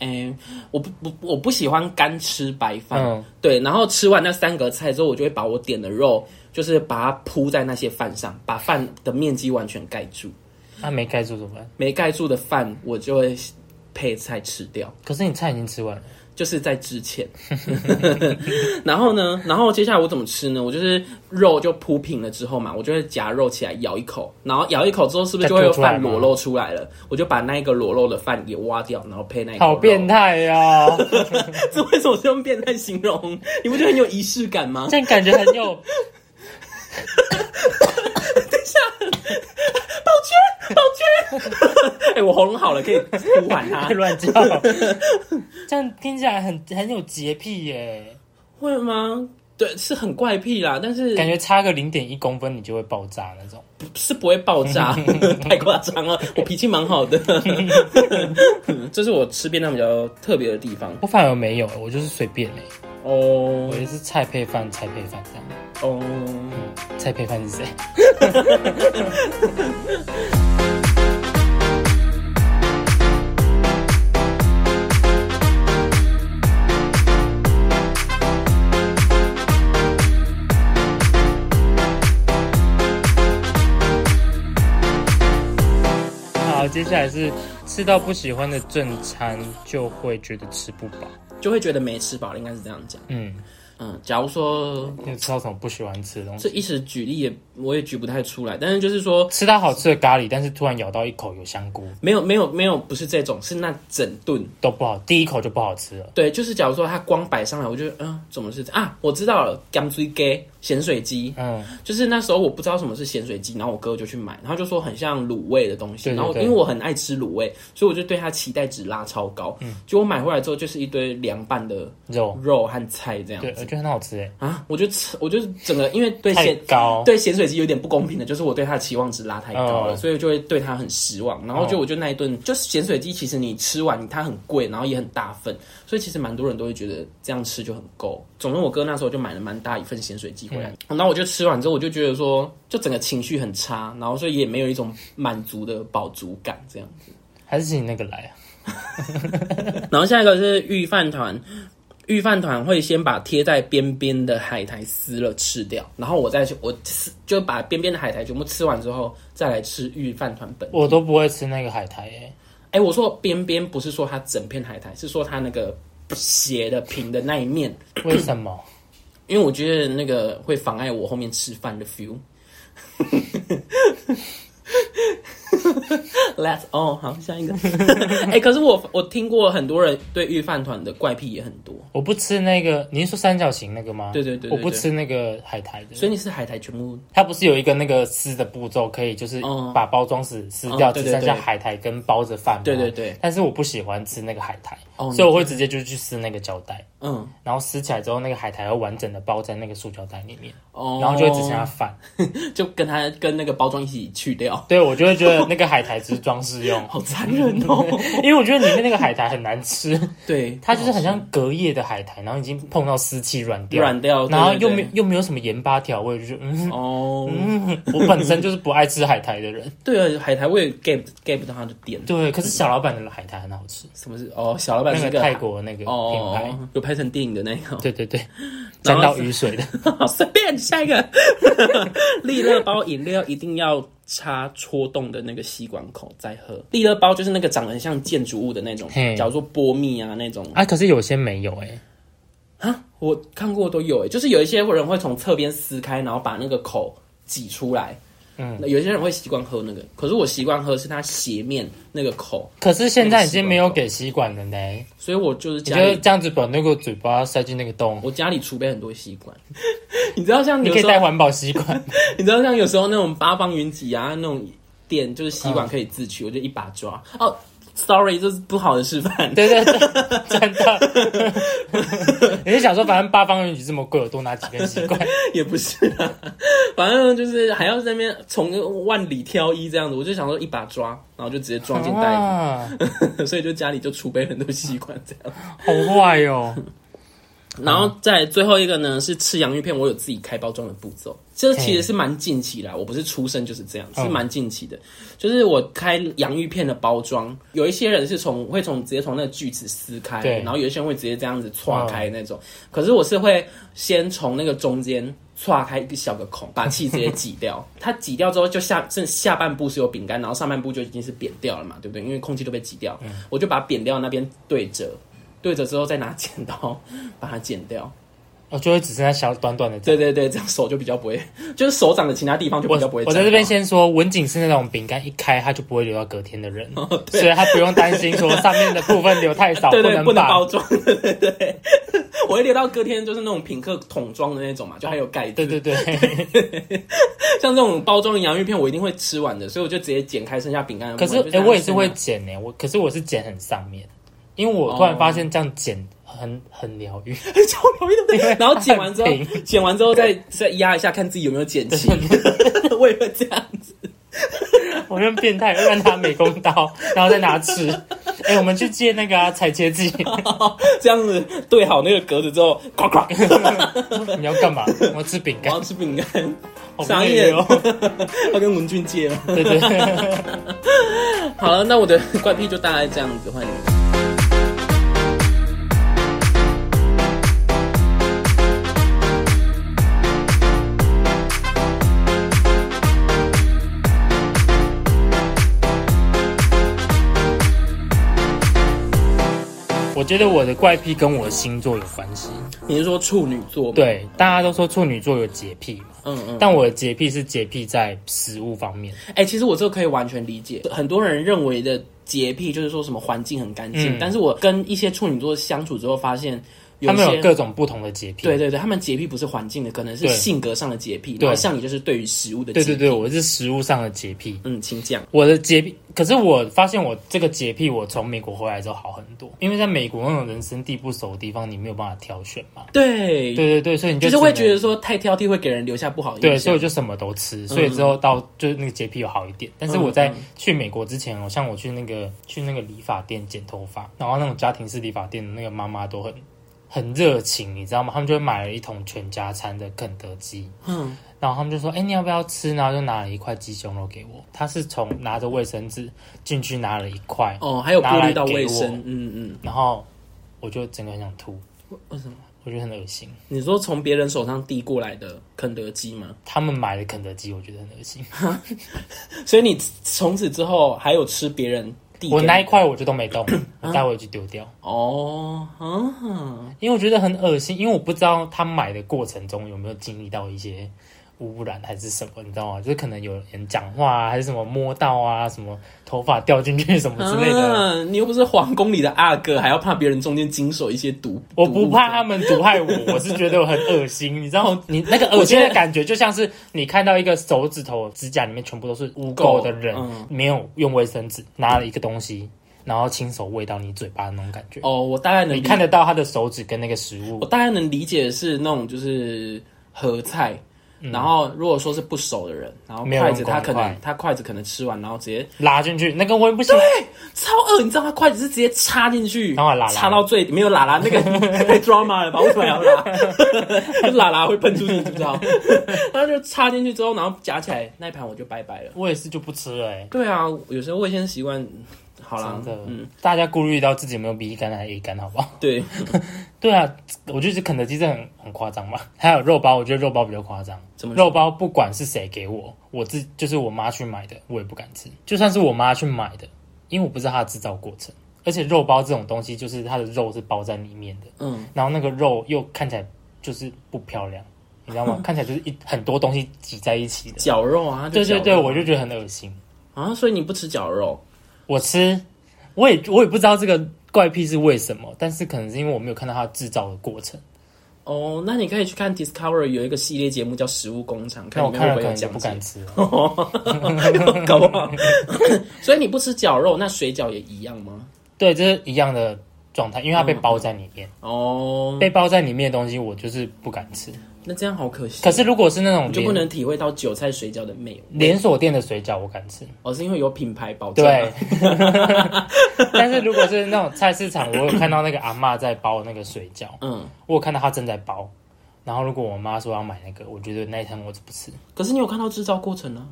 Speaker 1: 哎，我不不我不喜欢干吃白饭，
Speaker 2: 嗯，
Speaker 1: 对，然后吃完那三格菜之后，我就会把我点的肉，就是把它铺在那些饭上，把饭的面积完全盖住。
Speaker 2: 那、没盖住怎么办？
Speaker 1: 没盖住的饭，我就会配菜吃掉，
Speaker 2: 可是你菜已经吃完了，
Speaker 1: 就是在之前。然后呢，然后接下来我怎么吃呢？我就是肉就铺平了之后嘛，我就会夹肉起来咬一口，然后咬一口之后，是不是就会有饭裸露出来了？我就把那一个裸露的饭也挖掉，然后配那一口
Speaker 2: 好变
Speaker 1: 态！啊
Speaker 2: 态呀、
Speaker 1: <laughs> 这为什么是用变态形容？你不觉得很有仪式感吗？
Speaker 2: 这样感觉很有。
Speaker 1: <laughs> 哎、我喉咙好了，可以 <laughs> 呼喊他
Speaker 2: 太。乱
Speaker 1: <laughs>
Speaker 2: 叫，
Speaker 1: 啊
Speaker 2: 这样听起来很很有洁癖耶，
Speaker 1: 会吗？对，是很怪癖啦，但是
Speaker 2: 感觉差个零点一公分你就会爆炸那种。
Speaker 1: 是不会爆
Speaker 2: <laughs>
Speaker 1: 炸，太夸张了。我脾气蛮好的，这是我吃便当比较特别的地方
Speaker 2: 我反而没有，我就是随便嘞，
Speaker 1: 哦
Speaker 2: 我就是菜配饭，菜配饭这样。
Speaker 1: 哦。
Speaker 2: 菜配饭是谁？好，接下来是吃到不喜欢的正餐就会觉得吃不饱。
Speaker 1: 就会觉得没吃饱，应该是这样讲。
Speaker 2: 嗯，
Speaker 1: 嗯，假如说
Speaker 2: 你有吃到什么不喜欢吃的东
Speaker 1: 这
Speaker 2: 西？
Speaker 1: 一时举例也我也举不太出来，但是就是说
Speaker 2: 吃到好吃的咖喱，但是突然咬到一口有香菇，
Speaker 1: 没有没有没有，不是这种，是那整顿。
Speaker 2: 都不好，第一口就不好吃了。
Speaker 1: 对，就是假如说它光摆上来，我就嗯，怎么是这样啊？我知道了，干脆给咸水鸡，
Speaker 2: 嗯，
Speaker 1: 就是那时候我不知道什么是咸水鸡，然后我哥就去买，然后就说很像卤味的东西，
Speaker 2: 对对
Speaker 1: 然后
Speaker 2: 对
Speaker 1: 因为我很爱吃卤味，所以我就对它期待值拉超高。嗯，结果买回来之后就是一堆凉拌的
Speaker 2: 肉，
Speaker 1: 肉和菜这样
Speaker 2: 对，我
Speaker 1: 子
Speaker 2: 觉得很好吃哎，
Speaker 1: 啊，我就吃，我就是整个因为对
Speaker 2: 太
Speaker 1: 咸
Speaker 2: 高，
Speaker 1: 对咸水鸡有点不公平的，就是我对它的期望值拉太高了，
Speaker 2: 哦
Speaker 1: 所以就会对它很失望。然后就我就那一顿，就是咸水鸡，其实你吃完它很贵，然后也很大份，所以其实蛮多人都会觉得这样吃就很够。总之，我哥那时候就买了蛮大一份咸水鸡回来，然后我就吃完之后，我就觉得说，就整个情绪很差，然后所以也没有一种满足的饱足感这样。
Speaker 2: 还是你那个来啊，
Speaker 1: 然后下一个是御饭团，御饭团会先把贴在边边的海苔撕了吃掉，然后我再去我吃就把边边的海苔全部吃完之后，再来吃御饭团本。
Speaker 2: 我都不会吃那个海苔哎，
Speaker 1: 哎，我说边边不是说它整片海苔，是说它那个斜的平的那一面，
Speaker 2: 为什么？
Speaker 1: 因为我觉得那个会妨碍我后面吃饭的 feel。Let's all 好，下一个。哎、可是我我听过很多人对御饭团的怪癖也很多，
Speaker 2: 我不吃那个，你是说三角形那个吗？
Speaker 1: 对对对对
Speaker 2: 我不吃那个海苔的。
Speaker 1: 所以你是海苔全部
Speaker 2: 它不是有一个那个撕的步骤，可以就是
Speaker 1: 嗯
Speaker 2: 把包装纸撕
Speaker 1: 嗯
Speaker 2: 掉，
Speaker 1: 对
Speaker 2: 只
Speaker 1: 对
Speaker 2: 剩下
Speaker 1: 对
Speaker 2: 海苔跟包着饭吗？
Speaker 1: 对对对，
Speaker 2: 但是我不喜欢吃那个海苔，
Speaker 1: 哦
Speaker 2: 所以我会直接就去撕那个胶带，
Speaker 1: 嗯，
Speaker 2: 然后撕起来之后，那个海苔会完整的包在那个塑胶袋里面，
Speaker 1: 哦，
Speaker 2: 然后就会只剩下饭。
Speaker 1: 就跟它跟那个包装一起去
Speaker 2: <laughs>
Speaker 1: 掉，，
Speaker 2: 对我就会觉得那个海苔只是装饰用
Speaker 1: <laughs> 好残忍
Speaker 2: <laughs>
Speaker 1: 哦。
Speaker 2: 因为我觉得里面那个海苔很难吃， <laughs>
Speaker 1: 对，
Speaker 2: 它就是很像隔夜的海苔，然后已经碰到湿气软掉，
Speaker 1: 软掉，对
Speaker 2: 然后又
Speaker 1: 对
Speaker 2: 没
Speaker 1: 对
Speaker 2: 又没有什么盐巴调味，就嗯，
Speaker 1: 哦，
Speaker 2: <laughs> 我本身就是不爱吃海苔的人。 <laughs>
Speaker 1: 对啊，海苔我也 get get 不到它的点，
Speaker 2: 对，可是小老板的海苔很好吃，
Speaker 1: 什么是哦，小老板
Speaker 2: 那
Speaker 1: 是
Speaker 2: 个
Speaker 1: 个
Speaker 2: 泰国那个品牌。
Speaker 1: 哦，有拍成电影的那个， <laughs>
Speaker 2: 对对对，
Speaker 1: 然
Speaker 2: 沾
Speaker 1: 后
Speaker 2: 到雨水的，
Speaker 1: 好随便下一个， <laughs> 利乐包饮料一定要插戳洞的那个吸管口再喝，利乐包就是那个长得很像建筑物的那种
Speaker 2: 嘿，
Speaker 1: 假如说波蜜啊那种，
Speaker 2: <laughs> 啊，可是有些没有哎、
Speaker 1: 啊，我看过都有诶，欸就是有一些人会从侧边撕开，然后把那个口挤出来。嗯，有些人会习惯喝那个，可是我习惯喝是它斜面那个口，
Speaker 2: 可是现在已经没有给吸管了呢，
Speaker 1: 所以我就是
Speaker 2: 你
Speaker 1: 家
Speaker 2: 就
Speaker 1: 里
Speaker 2: 这样子把那个嘴巴塞进那个洞，
Speaker 1: 我家里储备很多吸管。 <laughs> 你知道像
Speaker 2: 你
Speaker 1: 有
Speaker 2: 可以
Speaker 1: 时
Speaker 2: 带
Speaker 1: 候
Speaker 2: 环保吸管。
Speaker 1: 你知道像有时候那种八方云集啊那种店，就是吸管可以自
Speaker 2: 嗯
Speaker 1: 取，我就一把抓。哦，sorry，这是不好的示范。
Speaker 2: 对对对，真的。 <laughs> 你是想说，反正八方云集这么贵，我多拿几根吸
Speaker 1: <laughs>
Speaker 2: 管？
Speaker 1: <laughs> 也不是啦，反正就是还要在那边从万里挑一这样子，我就想说一把抓，然后就直接装进袋子。
Speaker 2: 啊，
Speaker 1: 所以就家里就储备很多吸管这样。
Speaker 2: 好坏哦。
Speaker 1: <laughs> 然后再最后一个呢是吃洋芋片，我有自己开包装的步骤，这其实是蛮近期啦，我不是出生就是这样，是蛮近期的。就是我开洋芋片的包装，有一些人是从会从直接从那个锯齿撕开，
Speaker 2: 对
Speaker 1: 然后有一些人会直接这样子戳
Speaker 2: 嗯
Speaker 1: 开那种，可是我是会先从那个中间。戳开一个小个孔，把气直接挤
Speaker 2: <laughs>
Speaker 1: 掉。它挤掉之后，就下剩下半部是有饼干，然后上半部就已经是扁掉了嘛，对不对？因为空气都被挤掉，
Speaker 2: 嗯
Speaker 1: 我就把扁掉那边对折，对折之后再拿剪刀把它剪掉。
Speaker 2: 我哦就会只剩下小短 <laughs> 短的。
Speaker 1: 对对对，这样手就比较不会，就是手掌的其他地方就
Speaker 2: 我
Speaker 1: 比较不 <laughs> 会。
Speaker 2: 我在这边，先说，文景是那种饼干一开它就不会留到隔天的人，
Speaker 1: 对
Speaker 2: 所以他不用担心说上面的部分留太
Speaker 1: <laughs>
Speaker 2: 少，
Speaker 1: 对对，不能
Speaker 2: 把
Speaker 1: 包装，对对对， <laughs> 我会留到隔天，就是那种品客桶装的那种嘛，就还有盖子。
Speaker 2: 对对对，
Speaker 1: 像这种包装的洋芋片，我一定会吃完的，所以我就直接剪开剩下饼干的部
Speaker 2: <laughs> 可
Speaker 1: 分。
Speaker 2: 是
Speaker 1: 就
Speaker 2: 哎、
Speaker 1: 让它
Speaker 2: 我也是
Speaker 1: 剩
Speaker 2: 会
Speaker 1: 下
Speaker 2: 剪呢、我可是我是剪很上面，因为我突然发
Speaker 1: 哦
Speaker 2: 现这样剪很很疗
Speaker 1: <laughs>
Speaker 2: 愈，
Speaker 1: 超容易对不
Speaker 2: <laughs>
Speaker 1: 对？然后剪完之后
Speaker 2: 很，
Speaker 1: 剪完之后再再压一下，看自己有没有剪齐。 <laughs> 我也会这样子。
Speaker 2: 我用变态乱拿美工刀， <laughs> 然后再拿尺。哎、我们去借那个、啊、裁切机，
Speaker 1: 这样子对好那个格子之后，呱
Speaker 2: <laughs>
Speaker 1: 呱，
Speaker 2: <laughs> 你要干嘛？我要吃饼
Speaker 1: 我
Speaker 2: 干
Speaker 1: 要，吃饼干，
Speaker 2: 好
Speaker 1: 傻
Speaker 2: 累
Speaker 1: 眼
Speaker 2: 哦。
Speaker 1: <laughs> 要跟文俊借 <laughs> 了。
Speaker 2: <laughs> 对对对， <laughs>
Speaker 1: 好了，那我的怪癖就大概这样子，换你。
Speaker 2: 我觉得我的怪癖跟我的星座有关系。
Speaker 1: 你是说处女座吗？，
Speaker 2: 对，大家都说处女座有洁癖嘛，
Speaker 1: 嗯嗯。
Speaker 2: 但我的洁癖是洁癖在食物方面。
Speaker 1: 哎、其实我这个可以完全理解，很多人认为的洁癖就是说什么环境很干净，
Speaker 2: 嗯
Speaker 1: 但是我跟一些处女座相处之后发现。
Speaker 2: 他们
Speaker 1: 有
Speaker 2: 有
Speaker 1: 些
Speaker 2: 各种不同的洁癖。
Speaker 1: 对对对，他们洁癖不是环境的，可能是
Speaker 2: 对
Speaker 1: 性格上的洁癖。
Speaker 2: 对
Speaker 1: 然后像你就是对于食物的洁
Speaker 2: 对
Speaker 1: 癖。
Speaker 2: 对对，我是食物上的洁癖。
Speaker 1: 嗯，请讲。
Speaker 2: 我的洁癖，可是我发现我这个洁癖，我从美国回来之后好很多，因为在美国那种人生地不熟的地方，你没有办法挑选嘛。
Speaker 1: 对，
Speaker 2: 对对对，所以你
Speaker 1: 就
Speaker 2: 就是
Speaker 1: 会
Speaker 2: 只能
Speaker 1: 觉得说太挑剔会给人留下不好印象。
Speaker 2: 对，所以我就什么都吃，
Speaker 1: 嗯
Speaker 2: 所以之后到就是那个洁癖有好一点。但是我在去美国之前，我哦像我去那个去那个理发店剪头发，然后那种家庭式理发店的那个妈妈都很很热情，你知道吗？他们就会买了一桶全家餐的肯德基，
Speaker 1: 嗯，
Speaker 2: 然后他们就说：“哎、你要不要吃？”然后就拿了一块鸡胸肉给我。他是从拿着卫生纸进去拿了一块，
Speaker 1: 哦，还有顾
Speaker 2: 拿
Speaker 1: 虑
Speaker 2: 来
Speaker 1: 到
Speaker 2: 给
Speaker 1: 卫
Speaker 2: 我
Speaker 1: 生。嗯嗯，
Speaker 2: 然后我就整个很想吐，
Speaker 1: 为什么？
Speaker 2: 我觉得很恶心。
Speaker 1: 你说从别人手上递过来的肯德基吗？
Speaker 2: 他们买的肯德基，我觉得很恶
Speaker 1: <laughs>
Speaker 2: 心。
Speaker 1: 所以你从此之后还有吃别人递给
Speaker 2: 我
Speaker 1: 你
Speaker 2: 那一块我就都
Speaker 1: <coughs>
Speaker 2: 没动，
Speaker 1: 啊
Speaker 2: 我带回去丢掉。
Speaker 1: 哦，啊，
Speaker 2: 因为我觉得很恶心，因为我不知道他买的过程中有没有经历到一些污染还是什么，你知道吗？就是可能有人讲话啊，还是什么摸到啊，什么头发掉进去什么之类的。
Speaker 1: 啊你又不是皇宫里的阿哥，还要怕别人中间经手一些毒？
Speaker 2: 我
Speaker 1: 毒
Speaker 2: 不
Speaker 1: 物
Speaker 2: 怕他们毒害我，我是觉得我很恶心，你知道，你那个恶心的感觉，就像是你看到一个手指头指甲里面全部都是污垢的人，
Speaker 1: 嗯
Speaker 2: 没有用卫生纸拿了一个东西，然后亲手喂到你嘴巴的那种感觉，
Speaker 1: 哦，我大概能
Speaker 2: 你
Speaker 1: 理
Speaker 2: 看得到他的手指跟那个食物
Speaker 1: 我，大概能理解的是那种就是合菜，然后如果说是不熟的人，然后
Speaker 2: 嗯没有人
Speaker 1: 筷子他可
Speaker 2: 管
Speaker 1: 能他筷子可能吃完，然后直接
Speaker 2: 拉进去，那个我也不行。
Speaker 1: 超饿，你知道他筷子是直接插进去，
Speaker 2: 然后喇喇
Speaker 1: 插到最没有喇喇那个 <laughs> 太 drama 了吧？为什么要喇？ <laughs> 就喇喇会喷出去，你知道？然后就插进去之后，然后夹起来那一盘我就拜拜了。
Speaker 2: 我也是就不吃了、欸，
Speaker 1: 对啊，有时候卫生习惯好啦
Speaker 2: 真，的，
Speaker 1: 嗯，
Speaker 2: 大家顾虑到自己有没有 B 肝还是 A 肝，好不好？ <laughs>
Speaker 1: 对，
Speaker 2: 对啊，我觉得肯德基这很很夸张嘛。 <laughs> 还有肉包，我觉得肉包比较夸张。
Speaker 1: 怎么说
Speaker 2: 肉包不管是谁给我，我自就是我妈去买的，我也不敢吃。就算是我妈去买的，因为我不知道它的制造过程，而且肉包这种东西就是它的肉是包在里面的，
Speaker 1: 嗯，
Speaker 2: 然后那个肉又看起来就是不漂亮，你知
Speaker 1: <laughs>
Speaker 2: 道吗？看起来就是一很多东西挤在一起的。
Speaker 1: 绞肉啊，
Speaker 2: 对对
Speaker 1: 绞
Speaker 2: 对，
Speaker 1: 肉
Speaker 2: 我就觉得很恶心。
Speaker 1: 啊，所以你不吃绞肉，
Speaker 2: 我吃，我也我也不知道这个怪癖是为什么，但是可能是因为我没有看到它制造的过程。
Speaker 1: 哦，那你可以去看 Discovery 有一个系列节目叫《食物工厂》，
Speaker 2: 那
Speaker 1: 看
Speaker 2: 我
Speaker 1: 里面会
Speaker 2: 看了
Speaker 1: 不会
Speaker 2: 可
Speaker 1: 有
Speaker 2: 能就
Speaker 1: 讲
Speaker 2: 不
Speaker 1: 解
Speaker 2: 敢。吃了。
Speaker 1: <laughs> 搞不好。 <coughs> 所以你不吃绞肉，那水饺也一样吗？
Speaker 2: 对，这是一样的状态，因为它被包在里面，
Speaker 1: 哦，
Speaker 2: 被包在里面的东西我就是不敢吃。
Speaker 1: 那这样好可惜。
Speaker 2: 可是如果是那种
Speaker 1: 你就不
Speaker 2: 连
Speaker 1: 能体会到韭菜水饺的美味，
Speaker 2: 连锁店的水饺，我敢吃。
Speaker 1: 哦，是因为有品牌保啊证。
Speaker 2: 对，， <laughs> 但是如果是那种菜市场，我有看到那个阿嬷在包那个水饺，
Speaker 1: 嗯。
Speaker 2: 我有看到她正在包。然后如果我妈说要买那个，我觉得那一摊我就不吃，
Speaker 1: 可是你有看到制造过程啊？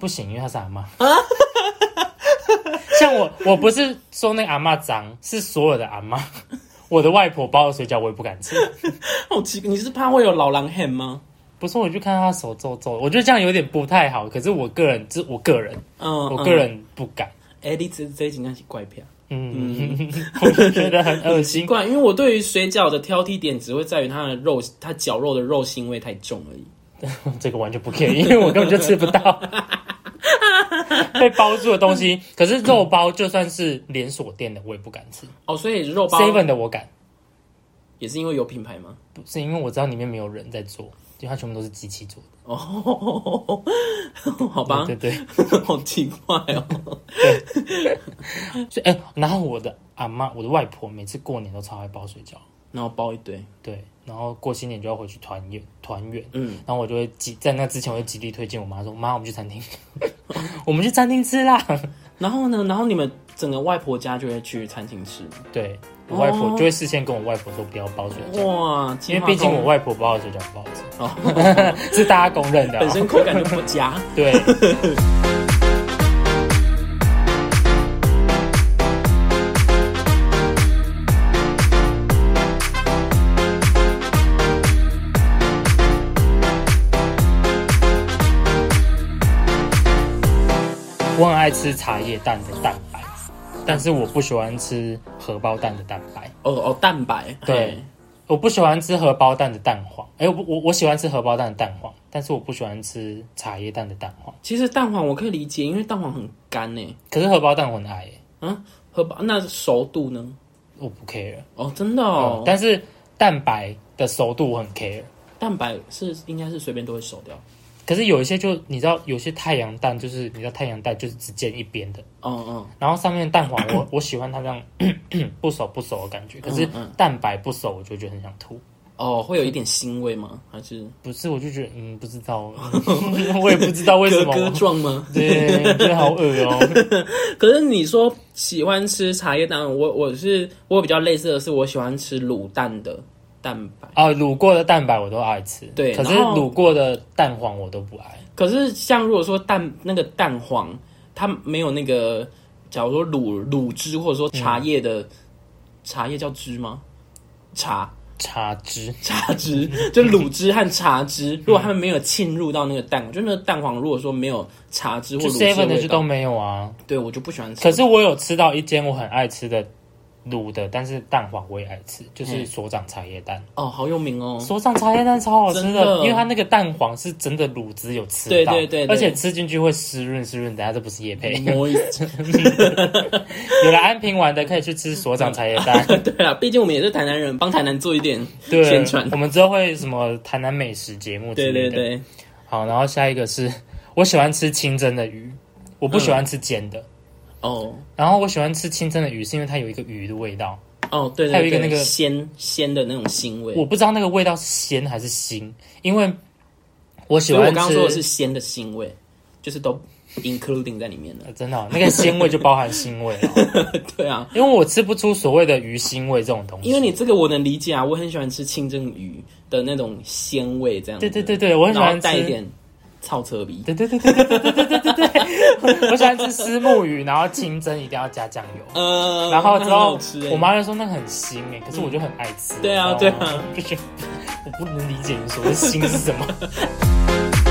Speaker 2: 不行，因为她是阿嬷。像我，我不是说那个阿嬷脏，是所有的阿嬷。 <laughs> 我的外婆包的水饺我也不敢吃，
Speaker 1: 好奇，你是怕会有老狼 hand 吗？
Speaker 2: 不是，我就看到他手皱皱，我觉得这样有点不太好。可是我个人，这我个人，
Speaker 1: 嗯，
Speaker 2: 我个人不敢。
Speaker 1: 嗯，哎、你这这一集应该是怪片。
Speaker 2: 嗯， <laughs> 我就觉得很恶
Speaker 1: 奇
Speaker 2: 心。
Speaker 1: 怪，因为我对于水饺的挑剔点只会在于它的肉，它绞肉的肉腥味太重而已。
Speaker 2: 嗯这个完全不 care，因为我根本就吃不到。被包住的东西，可是肉包就算是连锁店的，我也不敢吃。
Speaker 1: 哦，所以肉包
Speaker 2: Seven 的我敢，
Speaker 1: 也是因为有品牌吗？
Speaker 2: 不是因为我知道里面没有人在做，因为它全部都是机器做的。
Speaker 1: 哦，好吧，
Speaker 2: 对对对。
Speaker 1: <laughs> 好奇怪哦。
Speaker 2: 所以，哎、然后我的阿妈、我的外婆每次过年都超爱包水饺，
Speaker 1: 然后包一堆，
Speaker 2: 对，然后过新年就要回去团圆，团圆。
Speaker 1: 嗯，
Speaker 2: 然后我就会极在那之前，我就极力推荐我妈说：“妈，我们去餐厅， <laughs> 我们去餐厅吃啦。 <laughs>
Speaker 1: 然后呢，然后你们整个外婆家就会去餐厅吃。
Speaker 2: 对”我外婆
Speaker 1: 哦嗯
Speaker 2: 就会事先跟我外婆说不要包水饺，
Speaker 1: 哇，
Speaker 2: 因
Speaker 1: 计
Speaker 2: 为
Speaker 1: 划
Speaker 2: 毕竟
Speaker 1: 公
Speaker 2: 我外婆包的水饺不好吃，
Speaker 1: 哦
Speaker 2: <laughs> 是大家公认的、
Speaker 1: 本
Speaker 2: 啊。
Speaker 1: 身口感就不佳。
Speaker 2: 对， <laughs> 我很爱吃茶叶蛋的蛋白，但是我不喜欢吃荷包蛋的蛋白。
Speaker 1: <laughs> 哦哦，蛋白哎
Speaker 2: 对，我不喜欢吃荷包蛋的蛋黄，哎、我我我喜欢吃荷包蛋的蛋黄，但是我不喜欢吃茶叶蛋的蛋黄。
Speaker 1: 其实蛋黄我可以理解，因为蛋黄很干呢。
Speaker 2: 可是荷包蛋我很爱、欸，
Speaker 1: 嗯，荷包那熟度呢？
Speaker 2: 我不 care。
Speaker 1: 哦，真的
Speaker 2: 哦
Speaker 1: 哦，，
Speaker 2: 但是蛋白的熟度我很 care，
Speaker 1: 蛋白是应该是随便都会熟掉。
Speaker 2: 可是有一些就你知道，有些太阳蛋就是你知道太阳蛋就是只煎一边的，
Speaker 1: 嗯嗯，
Speaker 2: 然后上面的蛋黄我 <coughs> 我喜欢它这样 <coughs> 不熟不熟的感觉，可是
Speaker 1: 嗯嗯
Speaker 2: 蛋白不熟我就觉得很想吐。
Speaker 1: 哦，会有一点腥味吗？还是
Speaker 2: 不是，我就觉得嗯，不知道， <laughs> 我也不知道为什
Speaker 1: 咯
Speaker 2: 么。
Speaker 1: 咯状吗？
Speaker 2: 对，觉得好恶
Speaker 1: <laughs>
Speaker 2: 哦。
Speaker 1: 可是你说喜欢吃茶叶蛋，我我是我比较类似的是，我喜欢吃卤蛋的蛋白。
Speaker 2: 啊，卤过的蛋白我都爱吃，
Speaker 1: 对
Speaker 2: 可是
Speaker 1: 然后
Speaker 2: 卤过的蛋黄我都不爱。
Speaker 1: 可是像如果说蛋那个蛋黄，它没有那个，假如说卤卤汁或者说茶叶的、茶叶叫汁吗？茶 <laughs>
Speaker 2: 茶汁，
Speaker 1: 茶汁就卤汁和茶汁，如果它们没有浸入到那个蛋，就那个蛋黄如果说没有茶汁或
Speaker 2: 就
Speaker 1: 卤汁
Speaker 2: seven
Speaker 1: 的
Speaker 2: 的
Speaker 1: 味
Speaker 2: 就都
Speaker 1: 道，
Speaker 2: 没有啊。
Speaker 1: 对我就不喜欢吃。
Speaker 2: 可是我有吃到一间我很爱吃的卤的，但是蛋黄我也爱吃，就是
Speaker 1: 嗯
Speaker 2: 所长茶叶蛋。
Speaker 1: 哦，好有名 <laughs> 哦，
Speaker 2: 所长茶叶蛋超好吃
Speaker 1: 真的
Speaker 2: 的，因为它那个蛋黄是真的卤汁有吃到，
Speaker 1: 对对对对嗯
Speaker 2: 而且吃进去会湿润湿润。等下这不是叶配，
Speaker 1: 魔芋
Speaker 2: <laughs> 有了安平玩的可以去吃所长茶叶蛋。
Speaker 1: <laughs> 对啊，毕竟我们也是台南人，帮台南做一点 <laughs>
Speaker 2: 对，
Speaker 1: 宣传
Speaker 2: 我。们之后会什么台南美食节目之
Speaker 1: <laughs> 对
Speaker 2: 类
Speaker 1: 对
Speaker 2: 的。
Speaker 1: 对，
Speaker 2: 好，然后下一个是我喜欢吃清蒸的鱼，我不喜
Speaker 1: 嗯
Speaker 2: 欢吃煎的。
Speaker 1: 哦
Speaker 2: 然后我喜欢吃清蒸的鱼，是因为它有一个鱼的味道，
Speaker 1: 哦，对对对，
Speaker 2: 还有一个那个
Speaker 1: 鲜鲜的那种腥味。
Speaker 2: 我不知道那个味道是鲜还是腥，因为我喜
Speaker 1: 所以我
Speaker 2: 欢
Speaker 1: 刚
Speaker 2: 吃。
Speaker 1: 刚说的是鲜的腥味，就是都 including 在里面的。 <laughs>
Speaker 2: 呃真的哦、那个鲜味就包含腥味了、
Speaker 1: 对啊，
Speaker 2: 因为我吃不出所谓的鱼腥味这种东西。
Speaker 1: 因为你这个我能理解啊，我很喜欢吃清蒸鱼的那种鲜味，这样子
Speaker 2: 对对对对，我很喜
Speaker 1: 然
Speaker 2: 欢
Speaker 1: 后
Speaker 2: 吃
Speaker 1: 带一点臭车鼻。
Speaker 2: 对对对对对对对对对对对，我喜欢吃虱目鱼，然后清蒸一定要加酱油。
Speaker 1: 呃，
Speaker 2: 然后之
Speaker 1: 那很好
Speaker 2: 后
Speaker 1: 吃欸
Speaker 2: 我妈就说那个很腥哎、可是我就很爱吃。
Speaker 1: 对啊
Speaker 2: 你知道吗
Speaker 1: 对啊，
Speaker 2: 就是我不能理解你所谓腥是什么。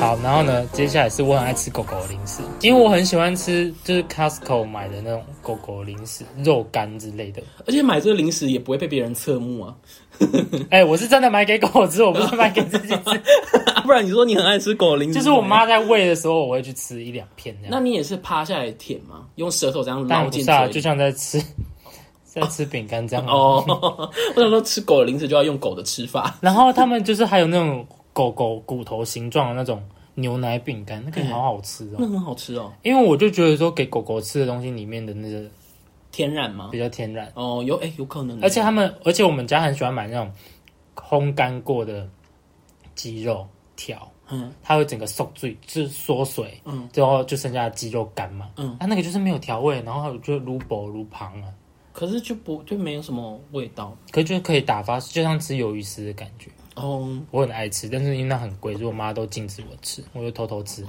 Speaker 2: 好，然后呢，接下来是我很爱吃狗狗的零食，因为我很喜欢吃就是 Costco 买的那种狗狗零食、肉干之类的。
Speaker 1: 而且买这个零食也不会被别人侧目啊， <laughs>
Speaker 2: 哎、我是真的买给狗吃，我不是买给自己吃。
Speaker 1: 啊不然你说你很爱吃狗零食，
Speaker 2: 就是我。妈在喂的时候，我会去吃一两片这
Speaker 1: 那
Speaker 2: 样。
Speaker 1: 你也是趴下来舔吗？用舌头这样
Speaker 2: 但
Speaker 1: 捞
Speaker 2: 不
Speaker 1: 进
Speaker 2: 是啊，
Speaker 1: 嘴
Speaker 2: 就
Speaker 1: 里？
Speaker 2: 像在吃 <laughs> 在吃饼干这样。哦。
Speaker 1: 哦， <laughs> 我想说吃狗的零食就要用狗的吃法。
Speaker 2: 然后他们就是还有那种狗狗骨头形状的那种牛奶饼干，那个也好好吃哦。
Speaker 1: 那很好吃哦，
Speaker 2: 因为我就觉得说，给狗狗吃的东西里面的那个
Speaker 1: 天然吗？
Speaker 2: 比较天然，
Speaker 1: 哦，有哎、有可能欸，
Speaker 2: 而且他们，而且我们家很喜欢买那种烘干过的鸡肉条，
Speaker 1: 嗯，
Speaker 2: 它会整个缩水，就是缩水，
Speaker 1: 嗯，
Speaker 2: 最后就剩下鸡肉干嘛，啊
Speaker 1: 嗯，
Speaker 2: 它、那个就是没有调味，然后就卤薄卤旁啊，
Speaker 1: 可是就不就没有什么味道
Speaker 2: 可是就可以打发，就像吃鱿鱼丝的感觉。
Speaker 1: 哦。
Speaker 2: 我很爱吃，但是因为那很贵，所以我妈都禁止我吃，我就偷
Speaker 1: <laughs>
Speaker 2: 偷吃。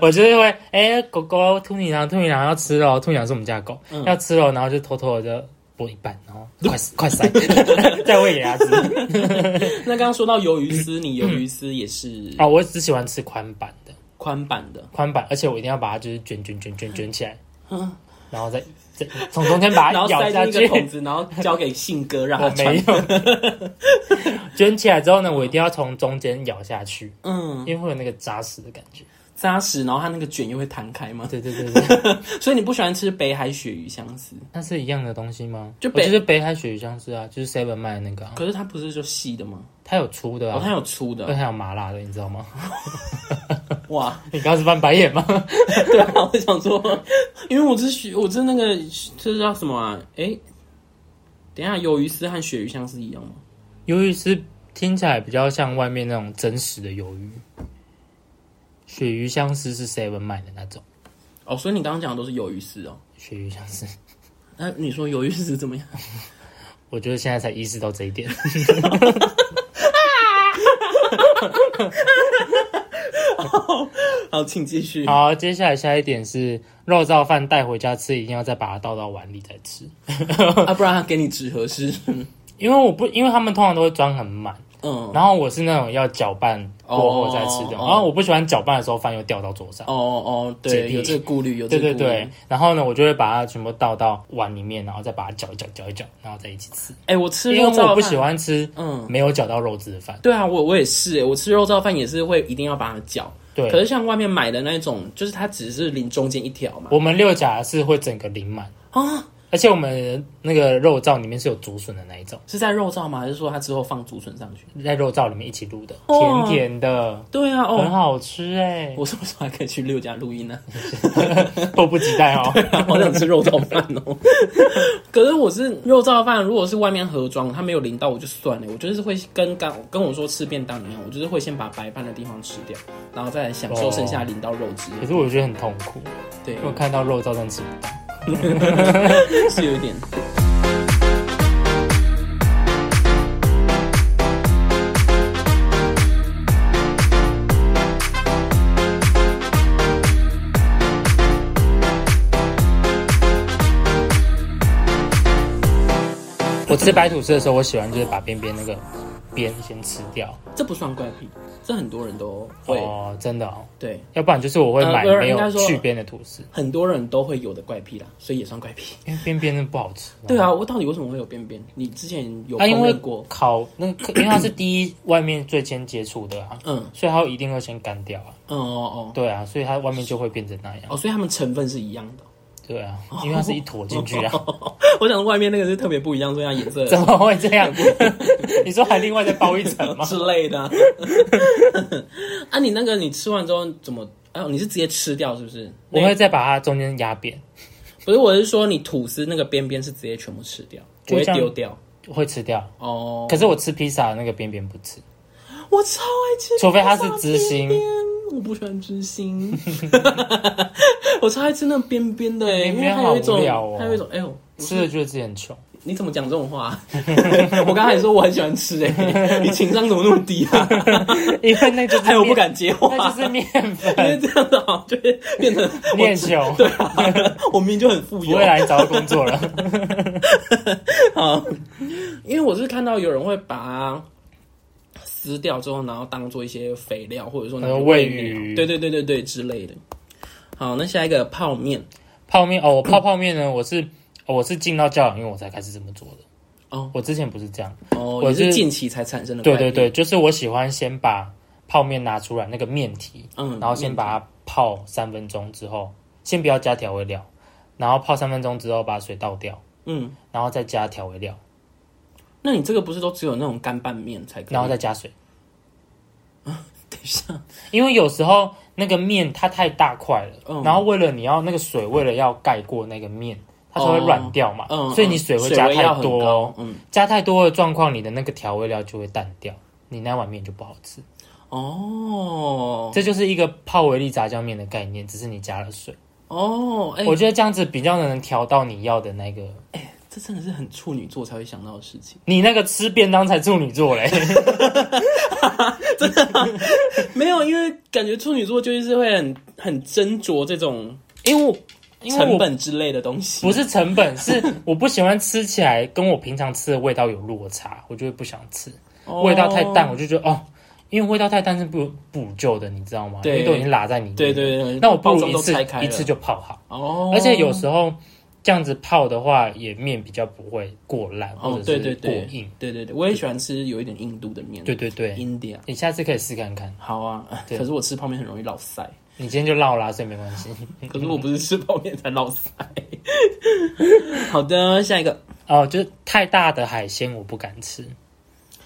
Speaker 2: 我就是会，哎、狗狗兔女郎，兔女郎要吃哦，兔女郎是我们家的狗，
Speaker 1: 嗯
Speaker 2: 要吃哦，然后就偷偷的就剥一半，然后
Speaker 1: <laughs>
Speaker 2: 快塞快塞， <laughs> 再喂给它吃。
Speaker 1: 那刚刚说到鱿鱼丝，你鱿鱼丝也是
Speaker 2: 啊、我只喜欢吃宽版的，
Speaker 1: 宽版的，
Speaker 2: 宽版，而且我一定要把它就是卷卷卷卷卷起来，然后再再从中间把
Speaker 1: 嗯然
Speaker 2: 它
Speaker 1: 后
Speaker 2: 咬
Speaker 1: 塞
Speaker 2: 下
Speaker 1: 进一个
Speaker 2: 去。
Speaker 1: 桶子，然后交给信哥让
Speaker 2: <laughs> 我
Speaker 1: 他
Speaker 2: 没
Speaker 1: 穿。
Speaker 2: 有
Speaker 1: <laughs>
Speaker 2: 卷起来之后呢，我一定要从中间咬下去，
Speaker 1: 嗯，
Speaker 2: 因为会有那个扎实的感觉。
Speaker 1: 扎实，然后它那个卷又会弹开嘛。
Speaker 2: 对对对对，
Speaker 1: 所以你不喜欢吃北海鳕鱼香丝，
Speaker 2: 那是一样的东西吗？
Speaker 1: 就
Speaker 2: 我
Speaker 1: 北
Speaker 2: 就是北海鳕鱼香是啊，就是 Seven 卖的那个、啊，
Speaker 1: 可是它不是就细的吗？
Speaker 2: 它有粗的
Speaker 1: 哦，
Speaker 2: 啊，
Speaker 1: 它有粗
Speaker 2: 对，
Speaker 1: 的，
Speaker 2: 还有麻辣的，你知道吗？ <laughs>
Speaker 1: 哇！ <laughs>
Speaker 2: 你刚刚是翻白眼吗？
Speaker 1: 对啊，我想说，因为我是鳕，我是那个这叫什么啊？哎，等一下，鱿鱼丝和鳕鱼香丝一样吗？
Speaker 2: 鱿鱼丝听起来比较像外面那种真实的鱿鱼，鳕鱼香丝是 Seven 卖的那种
Speaker 1: 哦，所以你刚刚讲的都是鱿鱼丝哦。
Speaker 2: 鳕鱼香丝。 <laughs>
Speaker 1: 那你说鱿鱼丝怎么样？
Speaker 2: 我觉得现在才意识到这一点，
Speaker 1: <laughs> 好，请继续。
Speaker 2: 好，接下来下一点是肉燥饭带回家吃，一定要再把它倒到碗里再吃，
Speaker 1: 啊，不然他给你纸盒是？
Speaker 2: 因为我不，因为他们通常都会装很满，
Speaker 1: 嗯，
Speaker 2: 然后我是那种要搅拌过后再吃的，
Speaker 1: 哦
Speaker 2: 然后我不喜欢搅拌的时候饭又掉到桌上。
Speaker 1: 哦哦，
Speaker 2: 洁
Speaker 1: 对，
Speaker 2: 癖
Speaker 1: 有这个顾虑，有
Speaker 2: 对
Speaker 1: 这
Speaker 2: 对
Speaker 1: 个顾虑
Speaker 2: 对，然后呢，我就会把它全部倒到碗里面，然后再把它搅一搅，搅一搅，然后再一起吃。
Speaker 1: 哎、我吃
Speaker 2: 因为
Speaker 1: 肉燥
Speaker 2: 我不
Speaker 1: 饭
Speaker 2: 喜，欢吃
Speaker 1: 嗯，
Speaker 2: 没有搅到肉汁的饭。
Speaker 1: 对啊，我我也是，哎，我吃肉燥饭也是会一定要把它搅。
Speaker 2: 对，
Speaker 1: 可是像外面买的那种，就是它只是淋中间一条嘛。
Speaker 2: 我们六甲是会整个淋满
Speaker 1: 啊，
Speaker 2: 而且我们那个肉燥里面是有竹笋的那一种，
Speaker 1: 是在肉燥吗？还是说它之后放竹笋上去？
Speaker 2: 在肉燥里面一起卤的，
Speaker 1: 哦
Speaker 2: 甜甜的，
Speaker 1: 对啊，
Speaker 2: 很
Speaker 1: 哦，
Speaker 2: 好吃哎、
Speaker 1: 我什么时候还可以去六家录音呢、
Speaker 2: 迫不及待
Speaker 1: <laughs>
Speaker 2: 哦。
Speaker 1: 好想吃肉燥饭哦。 <laughs> 可是我是肉燥饭，如果是外面盒装，它没有淋到我就算了，我就是会跟刚跟我说吃便当一样，我就是会先把白饭的地方吃掉，然后再来享受剩下淋到肉汁。
Speaker 2: 可是我觉得很痛苦，
Speaker 1: 对
Speaker 2: 因，为我看到肉燥真的吃不到。
Speaker 1: 是有点。
Speaker 2: 我吃白吐司的时候，我喜欢就是把边边那个边先吃掉。
Speaker 1: 这不算怪癖，这很多人都会。
Speaker 2: 哦，真的哦，
Speaker 1: 对，
Speaker 2: 要不然就是我会买
Speaker 1: 呃
Speaker 2: 没
Speaker 1: 应该
Speaker 2: 有
Speaker 1: 说
Speaker 2: 去边的吐司，
Speaker 1: 很多人都会有的怪癖啦，所以也算怪癖。
Speaker 2: 因为边边真的不好吃。
Speaker 1: 对啊，我到底为什么会有便便？你之前有
Speaker 2: 啊，因
Speaker 1: 碰
Speaker 2: 为
Speaker 1: 见过？
Speaker 2: 烤那个，因为它是第一外面最先接触的啊，
Speaker 1: 嗯
Speaker 2: 所以它一定会先干掉啊。
Speaker 1: 嗯哦哦
Speaker 2: 对啊，所以它外面就会变成那样。
Speaker 1: 哦，所以它们成分是一样的。
Speaker 2: 对啊，
Speaker 1: 哦
Speaker 2: 因为它是一坨进去啊，
Speaker 1: 我想外面那个是特别不一样，所以它颜色
Speaker 2: <laughs> 怎么会这
Speaker 1: <laughs>
Speaker 2: 样？ <laughs> 你说还另外再包一层 <laughs> 吗？
Speaker 1: 之类的啊。 <laughs> 啊，你那个你吃完之后怎么？啊，你是直接吃掉是不是？
Speaker 2: 我
Speaker 1: 那
Speaker 2: 会再把它中间压扁，
Speaker 1: 不是，我是说你吐司那个边边是直接全部吃掉，不
Speaker 2: 就
Speaker 1: 会
Speaker 2: 像
Speaker 1: 丢掉
Speaker 2: 会吃掉。
Speaker 1: 哦。
Speaker 2: 可是我吃披萨的那个边边不吃，
Speaker 1: 我超爱吃，
Speaker 2: 除非它是芝心。
Speaker 1: 我不喜欢芝心， <laughs> 我超爱吃那边边的欸，
Speaker 2: 边边
Speaker 1: 因为还有一
Speaker 2: 好
Speaker 1: 种，
Speaker 2: 无聊哦
Speaker 1: 还有一种，哎呦，我
Speaker 2: 吃了觉得自己很穷。 <laughs>
Speaker 1: 你怎么讲这种话？ <laughs> 我刚才也说我很喜欢吃哎、你情商怎么那么低啊？ <laughs>
Speaker 2: 因为那就是
Speaker 1: 还哎有我不
Speaker 2: 面，
Speaker 1: 敢接话，
Speaker 2: <laughs> 那就是面
Speaker 1: 因 <laughs> 为
Speaker 2: 粉，
Speaker 1: 这样子好像就会变成
Speaker 2: 面穷，
Speaker 1: 对啊，我明明就很富
Speaker 2: 不
Speaker 1: 有
Speaker 2: 会来找到工作了。 <laughs>
Speaker 1: 啊，因为我是看到有人会把它撕掉之后，然后当做一些肥料，或者说拿来
Speaker 2: 呃
Speaker 1: 喂
Speaker 2: 喂鱼
Speaker 1: 鸟对对对对对之类的。好，那下一个泡面
Speaker 2: 泡面哦，我泡泡面呢，我是哦我是进到教养院我才开始这么做的。
Speaker 1: 哦，
Speaker 2: 我之前不是这样。
Speaker 1: 哦，
Speaker 2: 我
Speaker 1: 也是
Speaker 2: 是
Speaker 1: 近期才产生的，
Speaker 2: 对对，对，就是我喜欢先把泡面拿出来那个面体，
Speaker 1: 嗯，
Speaker 2: 然后先把它泡三分钟之后，先不要加调味料，然后泡三分钟之后把水倒掉，
Speaker 1: 嗯，
Speaker 2: 然后再加调味料，
Speaker 1: 那你这个不是都只有那种干拌面才可以？
Speaker 2: 然后再加水。
Speaker 1: <laughs> 等一下，
Speaker 2: 因为有时候那个面它太大块了，
Speaker 1: 嗯
Speaker 2: 然后为了你要那个水，为了要盖过那个面，它才会软掉嘛，
Speaker 1: 嗯，
Speaker 2: <laughs> 所以你
Speaker 1: 嗯
Speaker 2: 水会加
Speaker 1: 位
Speaker 2: 太
Speaker 1: 要很
Speaker 2: 多
Speaker 1: 高
Speaker 2: 哦，
Speaker 1: 嗯，
Speaker 2: 加太多的状况，你的那个调味料就会淡掉，你那碗面就不好吃。
Speaker 1: 哦
Speaker 2: 这就是一个泡维力炸酱面的概念，只是你加了水。
Speaker 1: 哦，哎、
Speaker 2: 我觉得这样子比较能调到你要的那个。
Speaker 1: 这真的是很处女座才会想到的事情。 <laughs>
Speaker 2: 你那个吃便当才处女座嘞，
Speaker 1: 没有，因为感觉处女座就是会很很斟酌这种
Speaker 2: <laughs> 因为我因为
Speaker 1: 成
Speaker 2: 我
Speaker 1: 本之类的东西。
Speaker 2: 不是成本， <laughs> 是我不喜欢吃起来跟我平常吃的味道有落差，我就会不想吃。
Speaker 1: 哦
Speaker 2: 味道太淡，我就觉得哦，因为味道太淡是不补救的，你知道吗？
Speaker 1: 对
Speaker 2: 因为都已经拉在里面。
Speaker 1: 对对对，
Speaker 2: 那我不
Speaker 1: 包
Speaker 2: 如
Speaker 1: 装
Speaker 2: 一
Speaker 1: 都
Speaker 2: 次
Speaker 1: 拆开了
Speaker 2: 一次就泡好，
Speaker 1: 哦，
Speaker 2: 而且有时候这样子泡的话，也面比较不会过烂或
Speaker 1: 哦，
Speaker 2: 者
Speaker 1: 对对
Speaker 2: 是过
Speaker 1: 对
Speaker 2: 硬。，
Speaker 1: 对对对，我也喜欢吃有一点印度的面，
Speaker 2: 对对对，
Speaker 1: ，India。
Speaker 2: 你下次可以试看看。
Speaker 1: 好啊，
Speaker 2: 对
Speaker 1: 可是我吃泡面很容易老塞，
Speaker 2: 你今天就绕啦，所以没关系。
Speaker 1: 可是我不是吃泡面才老
Speaker 2: <laughs>
Speaker 1: 塞。好的，下一个，
Speaker 2: 哦，就是太大的海鲜我不敢吃，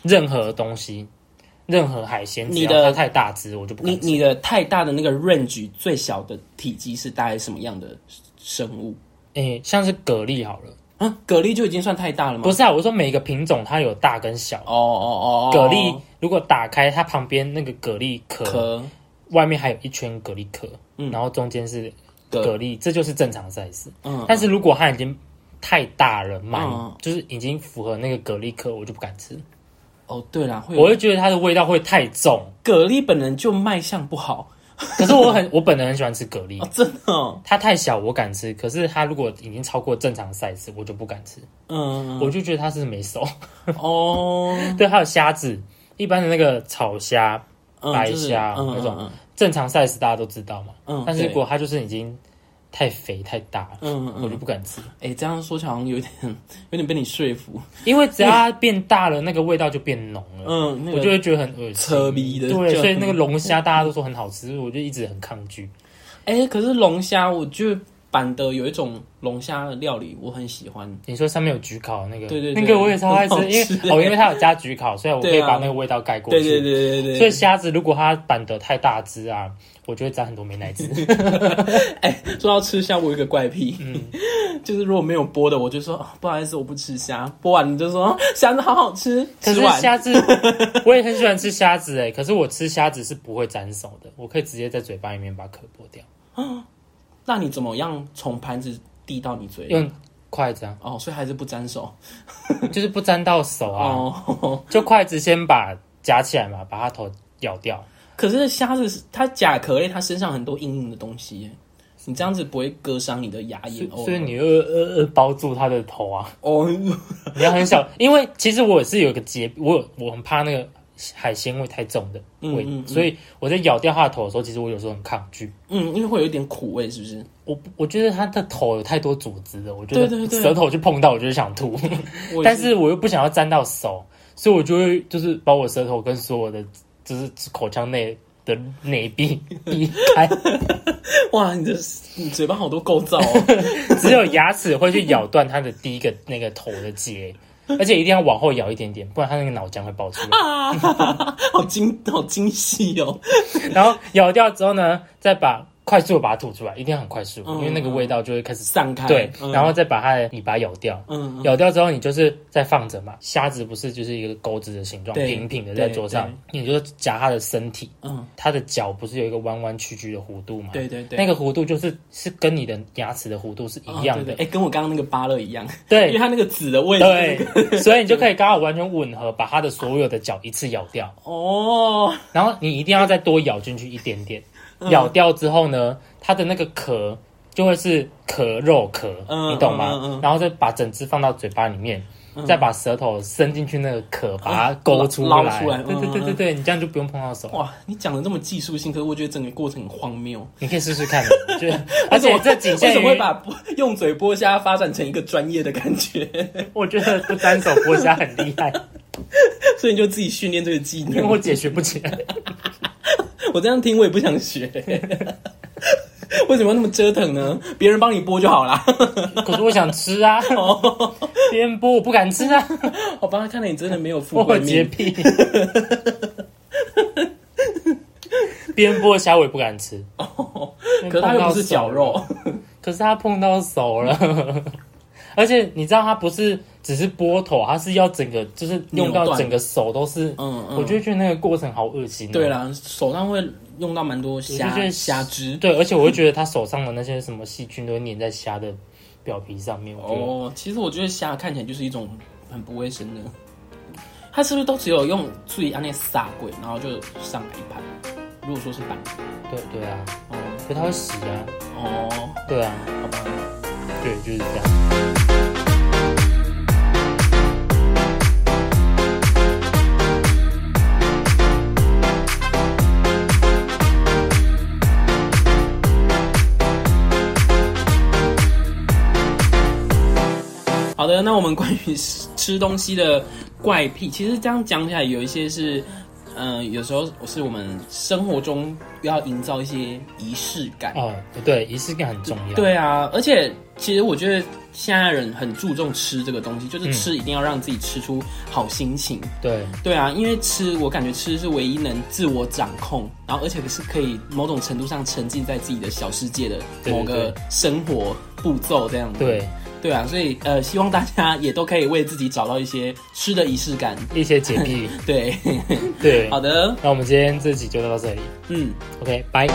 Speaker 2: 任何东西，任何海鲜，
Speaker 1: 你的
Speaker 2: 只要它太大只我就不
Speaker 1: 你
Speaker 2: 敢吃。
Speaker 1: 你的太大的那个 range 最小的体积是大概什么样的生物？
Speaker 2: 诶、像是蛤蜊好了，
Speaker 1: 啊，蛤蜊就已经算太大了吗？
Speaker 2: 不是啊，我说每个品种它有大跟小。
Speaker 1: 哦哦哦，
Speaker 2: 蛤蜊如果打开它旁边那个蛤蜊壳，
Speaker 1: 壳
Speaker 2: 外面还有一圈蛤蜊壳，
Speaker 1: 嗯
Speaker 2: 然后中间是
Speaker 1: 蛤
Speaker 2: 蛤蜊，这就是正常 size。
Speaker 1: 嗯，
Speaker 2: 但是如果它已经太大了，满、
Speaker 1: 嗯
Speaker 2: 就是已经符合那个蛤蜊壳，我就不敢吃，
Speaker 1: 哦对啦，会有
Speaker 2: 我会觉得它的味道会太重。
Speaker 1: 蛤蜊本人就卖相不好
Speaker 2: 可是我很，我本人很喜欢吃蛤蜊
Speaker 1: <laughs> 哦，，真的哦，
Speaker 2: 它太小我敢吃，可是它如果已经超过正常 size，我就不敢吃，
Speaker 1: 嗯
Speaker 2: 我就觉得它是没熟。
Speaker 1: 哦
Speaker 2: 对，还有虾子，一一般的那个草虾、
Speaker 1: 嗯
Speaker 2: 白
Speaker 1: 就是
Speaker 2: 虾
Speaker 1: 嗯
Speaker 2: 那种
Speaker 1: 嗯
Speaker 2: 正常 size 大家都知道嘛，
Speaker 1: 嗯，
Speaker 2: 但是如
Speaker 1: 对
Speaker 2: 果它就是已经太肥太大了，
Speaker 1: 嗯嗯
Speaker 2: 我就
Speaker 1: 嗯，
Speaker 2: 不敢吃，
Speaker 1: 哎、这样说起来好像有点有点被你说服，
Speaker 2: 因为只要它变大了，那个味道就变浓了。
Speaker 1: 嗯，那
Speaker 2: 我就
Speaker 1: 个
Speaker 2: 会觉得很恶心，
Speaker 1: 扯逼的
Speaker 2: 对，
Speaker 1: 就
Speaker 2: 所以那个龙虾大家都说很好吃，我就一直很抗拒。
Speaker 1: 哎、可是龙虾，我觉得板的有一种龙虾的料理我很喜欢，
Speaker 2: 你说上面有焗烤那个，
Speaker 1: 对对对
Speaker 2: 那个我也超爱吃
Speaker 1: 很好，
Speaker 2: 因为
Speaker 1: 吃
Speaker 2: 哦，因为它有加焗烤，所以我可以
Speaker 1: 对啊
Speaker 2: 把那个味道盖过
Speaker 1: 对对
Speaker 2: 去。
Speaker 1: 对对
Speaker 2: 所以
Speaker 1: 对
Speaker 2: 虾子如果它板的太大只啊，我就会沾很多美奶
Speaker 1: <laughs>
Speaker 2: 汁。
Speaker 1: 对，说到吃虾，我有一个怪癖，就是如果没有剥的，我就说、哦不好意思，我不吃虾，剥完你就说哦虾子好好吃，吃
Speaker 2: 可是
Speaker 1: 完
Speaker 2: 虾子， <laughs> 我也很喜欢吃虾子哎，可是我吃虾子是不会沾手的，我可以直接在嘴巴里面把壳剥掉，
Speaker 1: 那你怎么样从盘子递到你嘴里？
Speaker 2: 用筷子啊，
Speaker 1: 哦，所以还是不沾手
Speaker 2: 就是不沾到手啊，
Speaker 1: 哦。
Speaker 2: 就筷子先把夹起来嘛，把它头咬掉。
Speaker 1: 可是虾子是它甲壳类，它身上很多硬硬的东西耶，你这样子不会割伤你的牙
Speaker 2: 所
Speaker 1: 龈
Speaker 2: 以
Speaker 1: 哦。
Speaker 2: 所以你呃呃呃包住它的头啊，
Speaker 1: 哦，
Speaker 2: 你要很
Speaker 1: <laughs>
Speaker 2: 小，因为其实我也是有一个洁，我有我很怕那个海鲜味太重的味，
Speaker 1: 嗯嗯嗯
Speaker 2: 所以我在咬掉它的头的时候，其实我有时候很抗拒。
Speaker 1: 嗯，因为会有一点苦味，是不是？
Speaker 2: 我我觉得它的头有太多组织了，我觉
Speaker 1: 对
Speaker 2: 得
Speaker 1: 对对
Speaker 2: 舌头去碰到，我就是想吐，
Speaker 1: <laughs> 我也
Speaker 2: 但是我又不想要沾到手，所以我就会就是把我舌头跟所有的就是口腔内的内
Speaker 1: <laughs>
Speaker 2: 壁避开，
Speaker 1: 哇，你的你嘴巴好多构造哦。
Speaker 2: 只有牙齿会去咬断它的第一个那个头的结，而且一定要往后咬一点点，不然它那个脑浆会爆出
Speaker 1: <laughs>
Speaker 2: 来。<laughs>
Speaker 1: 啊，好精好精细哦。
Speaker 2: 然后咬掉之后呢，再把快速地把它吐出来，一定要很快速，
Speaker 1: 嗯
Speaker 2: 因为那个味道就会开始
Speaker 1: 散开
Speaker 2: 对，
Speaker 1: 嗯
Speaker 2: 然后再把它的尾巴咬掉。
Speaker 1: 嗯，嗯
Speaker 2: 咬掉之后，你就是再放着嘛。虾子不是就是一个钩子的形状，
Speaker 1: 对
Speaker 2: 平平的在桌上，你就夹它的身体，
Speaker 1: 嗯，
Speaker 2: 它的脚不是有一个弯弯曲曲的弧度嘛？
Speaker 1: 对对对，
Speaker 2: 那个弧度就是是跟你的牙齿的弧度是一样的
Speaker 1: 哎、，对对诶跟我刚刚那个芭乐一样，因为
Speaker 2: 对
Speaker 1: 它那个籽的味道、那个。 <laughs>
Speaker 2: 对，所以你就可以刚好完全吻合，把它的所有的脚一次咬掉。
Speaker 1: 哦，
Speaker 2: 然后你一定要再多咬进去一点点，
Speaker 1: 嗯
Speaker 2: 咬掉之后呢，它的那个壳就会是壳肉壳，
Speaker 1: 嗯
Speaker 2: 你懂吗？
Speaker 1: 嗯嗯嗯嗯
Speaker 2: 然后再把整只放到嘴巴里面，再把舌头伸进去那个壳，把它勾出
Speaker 1: 捞
Speaker 2: 来。
Speaker 1: 啊捞出来嗯
Speaker 2: 对对对对对，你这样就不用碰到手，
Speaker 1: 哇，你讲的这么技术性，可是我觉得整个过程很荒谬。
Speaker 2: 你可以试试看。
Speaker 1: <laughs>
Speaker 2: 我觉得，而且这仅
Speaker 1: 为
Speaker 2: 限
Speaker 1: 什么会
Speaker 2: 于，
Speaker 1: 把剥用嘴剥虾发展成一个专业的感觉？
Speaker 2: 我觉得不单手剥虾很厉害，
Speaker 1: 所以你就自己训练这个技
Speaker 2: 因为
Speaker 1: 能。
Speaker 2: 我
Speaker 1: 我
Speaker 2: 解学不起
Speaker 1: <laughs>
Speaker 2: 来。
Speaker 1: 我这样听我也不想学。 <laughs> 为什么要那么折腾呢？别人帮你剥就好啦。
Speaker 2: 可是我想吃啊，
Speaker 1: 哦
Speaker 2: <laughs> 别人剥我不敢吃啊，
Speaker 1: 好吧，看来你真的没有富
Speaker 2: 我
Speaker 1: 贵
Speaker 2: 有洁
Speaker 1: 命。
Speaker 2: <laughs> 癖。别人剥的虾我也不敢吃，
Speaker 1: <laughs> 可是它又不是绞肉，
Speaker 2: 可是他碰到手了， <laughs> 而且你知道他不是只是剥头，他是要整个就是用
Speaker 1: 扭
Speaker 2: 到
Speaker 1: 断
Speaker 2: 整个手都是，
Speaker 1: 嗯嗯
Speaker 2: 我就会觉得那个过程好恶心、哦
Speaker 1: 对，啦，手上会用到蛮多
Speaker 2: 我就觉
Speaker 1: 虾
Speaker 2: 得
Speaker 1: 虾汁。
Speaker 2: 对，而且我会觉得他手上的那些什么细菌都会粘在虾的表皮上面，我觉得、
Speaker 1: 哦，其实我觉得虾看起来就是一种很不卫生的。它是不是都只有用最安那撒鬼，然后就上来一盘？如果说是板
Speaker 2: 对对啊，
Speaker 1: 哦
Speaker 2: 可他会洗啊，
Speaker 1: 哦，
Speaker 2: 对啊，
Speaker 1: 好吧。
Speaker 2: 对，就是这样。
Speaker 1: 好的，那我们关于吃吃东西的怪癖，其实这样讲起来，有一些是，嗯、有时候是我们生活中要营造一些仪式感。
Speaker 2: 哦，对，仪式感很重要。，
Speaker 1: 对啊，而且其实我觉得现在人很注重吃这个东西，
Speaker 2: 嗯
Speaker 1: 就是吃一定要让自己吃出好心情。
Speaker 2: 对，
Speaker 1: 对啊，因为吃我感觉吃是唯一能自我掌控，然后而且是可以某种程度上沉浸在自己的小世界的
Speaker 2: 对对
Speaker 1: 某个生活步骤这样子。
Speaker 2: 对，
Speaker 1: 对啊，所以呃，希望大家也都可以为自己找到一些吃的仪式感。
Speaker 2: 一些洁
Speaker 1: <laughs>
Speaker 2: 癖。
Speaker 1: 对，
Speaker 2: 对，
Speaker 1: 好的，
Speaker 2: 那我们今天这集就到这里
Speaker 1: 嗯。
Speaker 2: ，OK，拜。